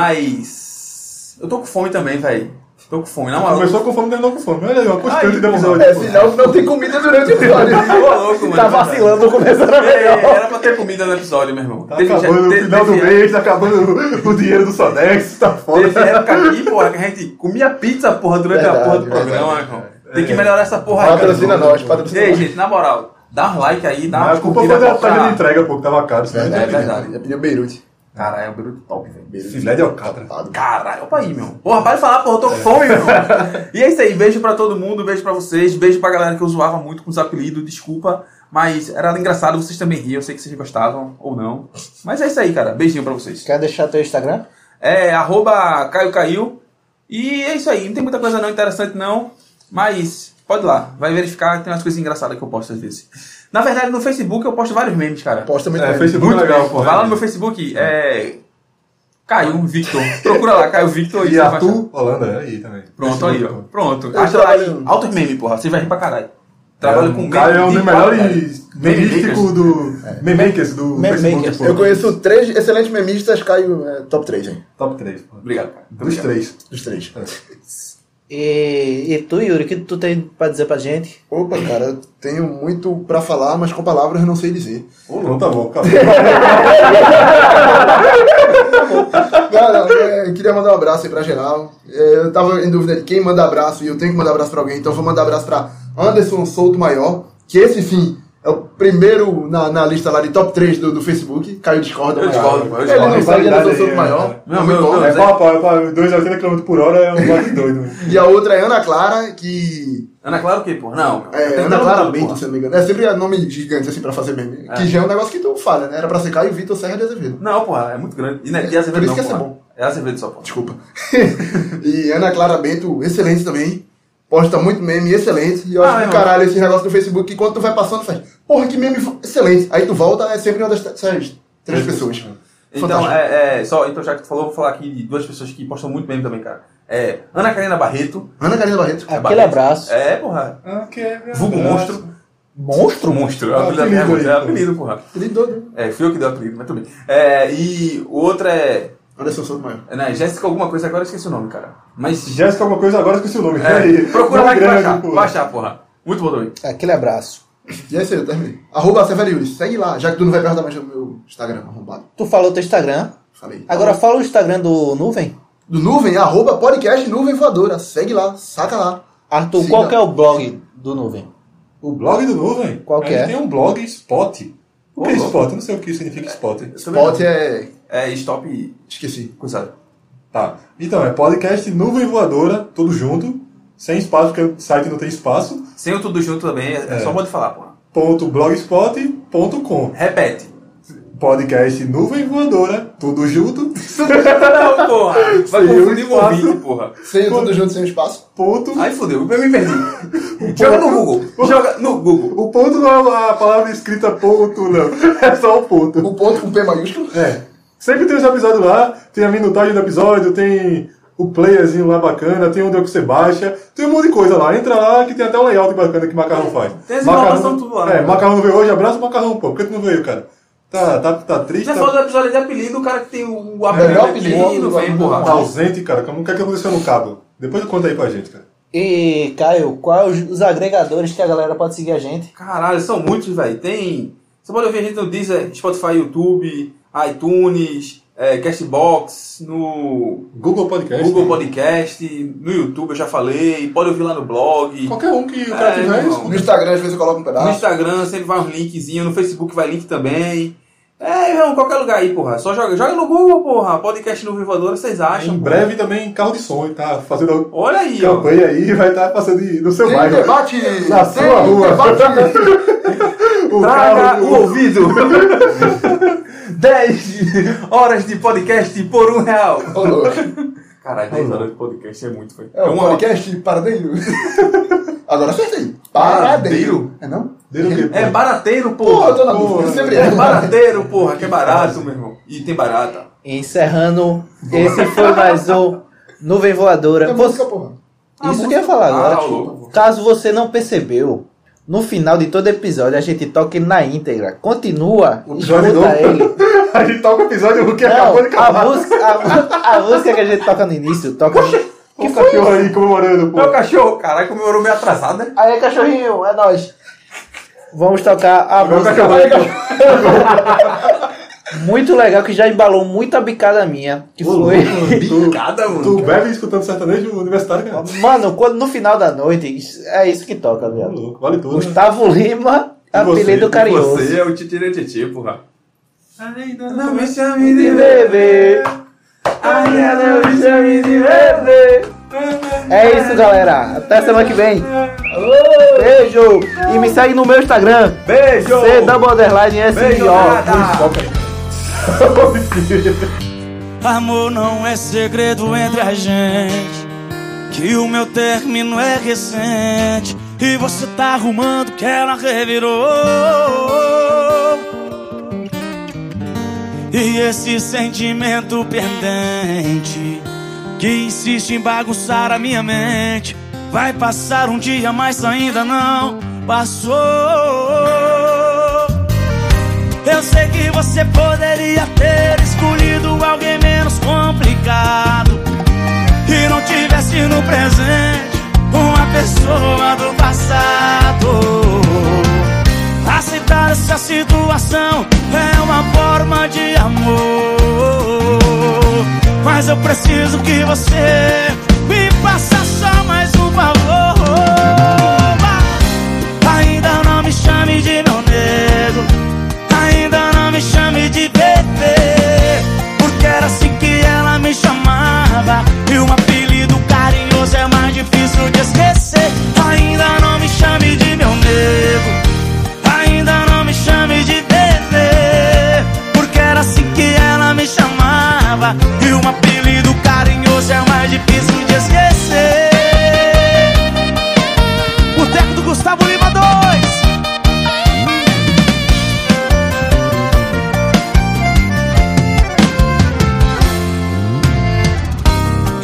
S3: Mas eu tô com fome também, velho. Tô com fome, na moral.
S2: Começou com fome, terminou com fome. Olha Ah, aí, uma constante
S3: Ai,
S2: do episódio.
S1: É
S2: pô.
S1: sinal que não tem comida durante o episódio.
S3: Ô, louco, mano.
S4: Tá vacilando, começando a
S3: É,
S4: melhor.
S3: era pra ter comida no episódio, meu irmão.
S2: Tá acabando o
S3: te-
S2: final do
S3: teve-
S2: mês, tá acabando o- o dinheiro do Sonex, tá foda.
S3: Teve época aqui, porra, que a gente comia pizza, porra, durante a
S1: Verdade,
S3: porra do
S1: verdade,
S3: programa, né,
S1: verdade.
S3: irmão.
S2: É.
S3: Tem que melhorar essa porra aí.
S1: Patrocina
S3: cara.
S1: nós, patrocina
S3: Ei,
S1: nós.
S3: gente, na moral, dá um like aí, dá
S2: né? Mas
S3: uma
S2: a culpa foi da
S3: pra
S2: taxa de
S3: cá.
S2: entrega, pô, que tava caro. esse
S3: É
S2: filé.
S3: verdade.
S1: Já pediu Beirute.
S3: Cara, é um bruto top, velho.
S2: Filé de alcatra.
S1: Tapado.
S3: Caralho, opa aí, meu. Porra, para de falar, porra, eu
S2: É.
S3: tô com fome, meu. E é isso aí, beijo pra todo mundo, beijo pra vocês, beijo pra galera que eu zoava muito com os apelidos, desculpa. Mas era engraçado, vocês também riam, eu sei que vocês gostavam ou não. Mas é isso aí, cara. Beijinho pra vocês.
S4: Quer deixar teu Instagram?
S3: É, arroba Caio Caiu. E é isso aí, não tem muita coisa não interessante não, mas pode ir lá, vai verificar, tem umas coisas engraçadas que eu posto às vezes. Na verdade, no Facebook eu posto vários memes, cara.
S1: Posta muito
S2: É,
S1: bem.
S2: Facebook é legal, pô.
S3: Vai lá no meu Facebook, é... Caio Victor. Procura lá, Caio Victor.
S2: E
S3: você vai achar.
S2: Arthur Holanda, né? aí também.
S3: né, Pronto, aí, ó. Pronto.
S1: Eu
S3: Acha lá
S1: trabalho-
S3: aí. Altos meme, porra. Você vai rir pra caralho.
S2: Trabalho
S3: Trabalho com
S2: É, o Caio é um
S3: de
S2: dos melhores
S3: qualidade. É.
S2: memístico do. Memakers do
S4: Memakers.
S2: Facebook, pô.
S1: Eu conheço três excelentes memistas, Caio, é, top 3, hein?
S2: Top 3, pô.
S3: Obrigado, cara.
S2: Dos três.
S1: Dos três.
S4: E, e tu, Yuri, o que tu tem pra dizer pra gente?
S1: Opa, cara, eu tenho muito pra falar, mas com palavras eu não sei dizer.
S2: Ô, não, tá bom, acabou.
S1: Cara, é, queria mandar um abraço aí pra geral. É, eu tava em dúvida de quem manda abraço e eu tenho que mandar abraço pra alguém, então eu vou mandar abraço pra Anderson Souto Maior, que esse fim é o primeiro na, na lista lá de top 3 do, do Facebook. Caio discorda.
S3: Eu
S1: mas-
S3: discordo,
S1: Ele
S3: eu
S1: não
S3: discordo.
S1: sabe de Anderson
S2: Aí,
S1: Souto
S2: é.
S1: Maior. né?
S3: Não, meu, meu,
S2: É pau a pau, é pau. 2,80 km por hora é um bate doido.
S1: E a outra é Ana Clara, que.
S3: Ana Clara o quê, porra? Não.
S1: É,
S3: Tem
S1: Ana
S3: tanto
S1: Clara
S3: nome,
S1: Bento,
S3: porra.
S1: se eu não me engano. É sempre nome gigante assim pra fazer meme. Que já é um negócio que tu falha, né? Era pra ser Caio Vitor Serra de Azevedo.
S3: Não, porra, é muito grande. E, né,
S1: É,
S3: e Azevedo
S1: por isso
S3: não,
S1: que ia ser
S3: porra.
S1: bom.
S3: É Azevedo só, porra.
S1: Desculpa. e Ana Clara Bento, excelente também. Posta muito meme, excelente. E eu
S3: Ah,
S1: acho
S3: é,
S1: do caralho esse negócio do Facebook que quando tu vai passando, faz, porra, que meme fo- excelente. Aí tu volta, é sempre uma dessas três pessoas.
S3: Então, é, é, só, então, já que tu falou, vou falar aqui de duas pessoas que postam muito meme também, cara. É, Ana Karina Barreto.
S1: Ana Karina Barreto.
S3: É
S4: Aquele abraço.
S3: É, porra. Vulgo monstro. Monstro? Monstro. É o
S2: Ah,
S3: apelido,
S2: apelido
S3: é,
S2: aí,
S3: é
S2: pô.
S3: apelido, porra.
S1: Ele doido.
S3: É, fui eu que dei o apelido, mas tudo bem. É, e outra é...
S1: Anderson Souto Maior.
S3: é, Né, Jéssica alguma coisa, agora eu esqueci o nome, cara. Mas
S2: Jéssica, alguma coisa, agora eu esqueci o nome.
S3: É,
S2: Aí,
S3: procura
S2: nome
S3: lá que vai
S2: grande,
S3: achar,
S2: pô.
S3: vai achar, porra. Muito bom também.
S4: Aquele abraço.
S1: E é isso aí, eu terminei. Arroba Severo Yuri. Segue lá, já que tu não vai perguntar mais no meu Instagram, arrombado.
S4: Tu falou teu Instagram.
S1: Falei.
S4: Agora fala o Instagram do Nuvem.
S1: Do Nuvem, arroba podcast Nuvem Voadora. Segue lá, saca lá.
S4: Arthur,
S1: Siga.
S4: qual que é o blog do Nuvem?
S2: O blog do Nuvem?
S4: Qual que
S2: A gente
S4: é?
S2: Tem um blog Spot. O que é
S3: Ô, louco.
S2: Spot? Eu não sei o que significa Spot.
S1: Spot é...
S3: É, stop
S1: Esqueci.
S3: coisa.
S2: Tá. Então, é podcast Nuvem Voadora, tudo junto, sem espaço, porque o site não tem espaço,
S3: Sem o tudo junto também, é, é só modo de falar, porra.
S2: ponto blogspot.com.
S3: Repete.
S2: Podcast Nuvem Voadora, tudo junto,
S3: Não, porra. Vai
S2: Sem o
S3: confundir o
S2: espaço.
S3: ouvinte, porra.
S1: Sem tudo junto, sem espaço.
S2: ponto...
S3: Aí fodeu, eu me perdi. Joga no Google. Joga no Google.
S2: O ponto não é a palavra escrita ponto, não. É só o ponto.
S1: O ponto com P maiúsculo.
S2: É. Sempre tem os episódios lá, tem a minutagem do episódio, tem o playerzinho lá bacana, tem onde é que você baixa, tem um monte de coisa lá. Entra lá que tem até um layout bacana que Macarrão faz.
S3: É, Tem as
S2: macarrão,
S3: informações tudo lá,
S2: É,
S3: né?
S2: Macarrão não veio hoje, abraço Macarrão, pô. Por que tu não veio, cara? Tá, tá, tá triste,
S3: Você
S2: tá,
S3: falou do episódio de apelido, o cara que tem o apelido.
S1: Melhor
S3: aqui,
S1: apelido,
S3: não vem,
S1: não,
S2: tá
S3: porra.
S2: ausente, cara. Como o que é que aconteceu no cabo? Depois conta aí pra gente, cara.
S4: E, Caio, quais os agregadores que a galera pode seguir a gente?
S3: Caralho, são muitos, velho. Tem. Você pode ouvir a gente no Deezer, Spotify, YouTube, iTunes, é, Castbox, no
S2: Google Podcast. né?
S3: Google Podcast, no YouTube eu já falei, pode ouvir lá no blog.
S2: Qualquer um que o cara
S3: É,
S2: tiver,
S3: irmão.
S2: escuta.
S1: No Instagram, às vezes eu coloco um
S3: No
S1: pedaço.
S3: Instagram sempre vai um linkzinho, no Facebook vai link também. É, irmão, qualquer lugar aí, porra. Só joga, joga no Google, porra. Podcast no Vivador, vocês acham?
S2: Em
S3: porra.
S2: breve também carro de som, tá fazendo
S3: Olha aí, ó.
S2: campanha aí, vai estar passando de- no seu
S1: Tem
S2: bairro.
S1: debate!
S2: Na
S1: tem
S2: sua rua.
S1: debate.
S2: O
S3: Traga
S2: carro-
S3: o ouvido. 10 horas de podcast por um real.
S1: Ô, louco.
S3: Caralho, 10 horas de podcast é muito, foi.
S1: É um podcast paradeiro. Agora acertei. Paradeiro. É não?
S2: Dele o quê, pô?
S3: É barateiro,
S1: Porra, eu tô na
S3: porra.
S1: dúvida.
S2: Porra.
S1: Sempre
S3: É
S1: é.
S3: barateiro, porra, que é barato, meu irmão. E tem barata.
S4: Encerrando, esse foi mais um Nuvem
S1: É
S4: Voadora.
S1: música, porra.
S3: Ah,
S4: Isso
S3: música.
S4: que eu ia falar agora.
S3: Ah, louco.
S4: Caso você não percebeu, no final de todo episódio a gente toca ele na íntegra. Continua,
S2: O episódio
S4: escuta
S2: novo.
S4: ele.
S2: A gente toca o episódio
S3: É,
S2: que acabou de
S4: Não, a,
S2: acabar.
S4: música, a, a música que a gente toca no início, toca.
S2: O cachorro aí comemorando, pô.
S3: Meu É cachorro, caralho, comemorou meio atrasado, né?
S4: Aí, cachorrinho, é nóis. Vamos tocar a
S2: Agora o
S4: música.
S2: cachorro aí.
S4: muito legal que já embalou muita bicada minha. Que foi.
S3: Bicada, mano.
S2: Tu bebe escutando sertanejo universitário, cara.
S4: Mano, quando, no final da noite, isso- é isso que toca,
S2: Tá
S4: velho.
S2: louco, vale tudo. né?
S4: Gustavo Lima,
S2: E você?
S4: apelido
S2: E
S4: carinhoso.
S3: Você é o titira titi, porra. Não me
S4: Me
S3: chame
S4: de beber. Ainda não me chame de beber. É isso, galera. Até semana que vem. Beijo. E me segue no meu Instagram.
S3: Beijo!
S4: C é double underline S
S3: Beijo,
S4: I O.
S3: nada.
S5: Amor não é segredo entre a gente. Que o meu término é recente. E você tá arrumando que ela revirou. E esse sentimento pendente que insiste em bagunçar a minha mente. Vai passar um dia, mas ainda não passou. Eu sei que você poderia ter escolhido alguém menos complicado E não tivesse no presente uma pessoa do passado Aceitar essa situação é uma forma de amor Mas eu preciso que você me faça só mais um favor Ainda não me chame de meu nego Ainda não me chame de bebê Porque era assim que ela me chamava E um apelido carinhoso é mais difícil de esquecer Ainda não me chame de meu nego Ainda não me chame de bebê Porque era assim que ela me chamava E um apelido carinhoso é mais difícil de esquecer Boteco do Gustavo Lima 2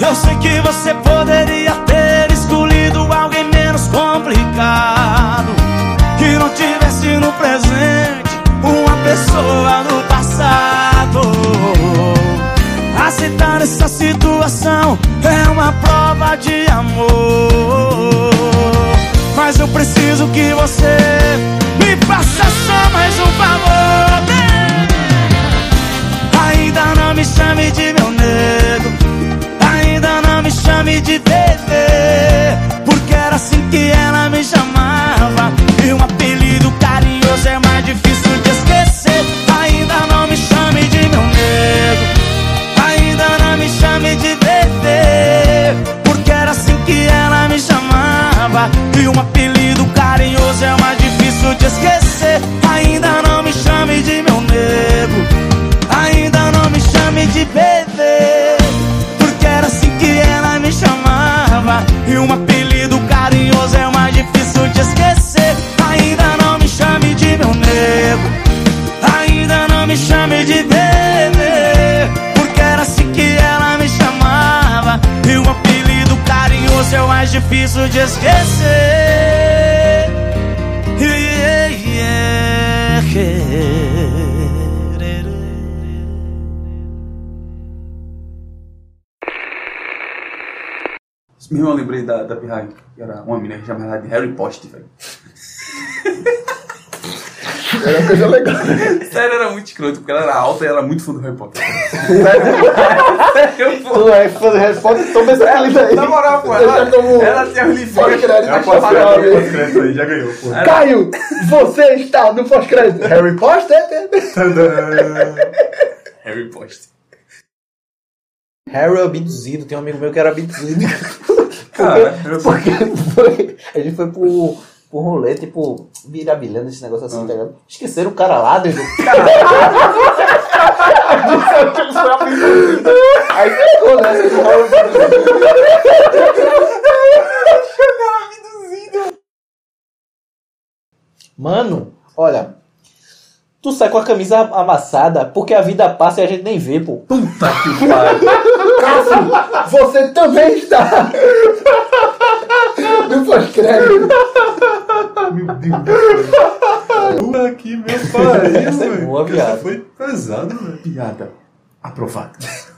S5: Eu sei que você poderia ter escolhido alguém menos complicado Que não tivesse no presente uma pessoa do passado Aceitar essa situação é uma prova de amor Mas eu preciso que você me faça só mais um favor Ainda não me chame de meu nego Ainda não me chame de bebê Porque era assim que ela me chamava E um apelido carinhoso é mais difícil de esquecer Ainda não me chame de meu nego Ainda não me chame de bebê Porque era assim que ela me chamava E um apelido carinhoso é mais difícil de esquecer Ainda não me chame de meu nego Ainda não me chame de bebê Porque era assim que ela me chamava E um apelido carinhoso é mais difícil de esquecer Ainda não me chame de meu nego Ainda não me chame de bebê Porque era assim que ela me chamava E um apelido carinhoso é mais difícil de esquecer Yeah, yeah, yeah.
S3: Meu irmão, eu lembrei da, da Pirraia, que era uma menina que chamava ela de Harry Potter, velho.
S1: Era uma coisa legal.
S3: Sério, era muito escroto, porque ela era alta e ela era muito fã do Harry Potter. Sério, pô.
S4: Tu é fã do Harry Potter, toma essa lida aí.
S3: Na moral,
S1: Eu
S3: pô, ela,
S1: já tomo-
S3: ela tem a uniforme
S1: Pode
S3: que
S1: crer,
S3: ela né?
S1: já
S3: chamava
S1: passou
S3: ela
S1: uma
S3: de-
S1: vez.
S2: Crédito aí, já ganhou,
S3: É.
S2: pô.
S1: Caio, você está no pós-crédito. Harry Potter?
S3: Harry Potter.
S4: Harry é abduzido, tem um amigo meu que era abduzido.
S3: Cara, eu-
S4: Porque foi, a gente foi pro, pro rolê, tipo, mirabilhando esse negócio
S3: Ah.
S4: assim, tá ligado? Esqueceram o cara lá dentro. Aí ficou, né? Esse rolê Mano, olha. Tu sai com a camisa amassada porque a vida passa e a gente nem vê, pô.
S3: puta que pariu.
S1: Você também
S4: tá.
S1: está no pós-crédito.
S2: Puta que meu pariu,
S4: Essa é
S2: velho.
S4: boa,
S2: Essa
S4: viado.
S2: Foi pesado, velho.
S3: Piada aprovada.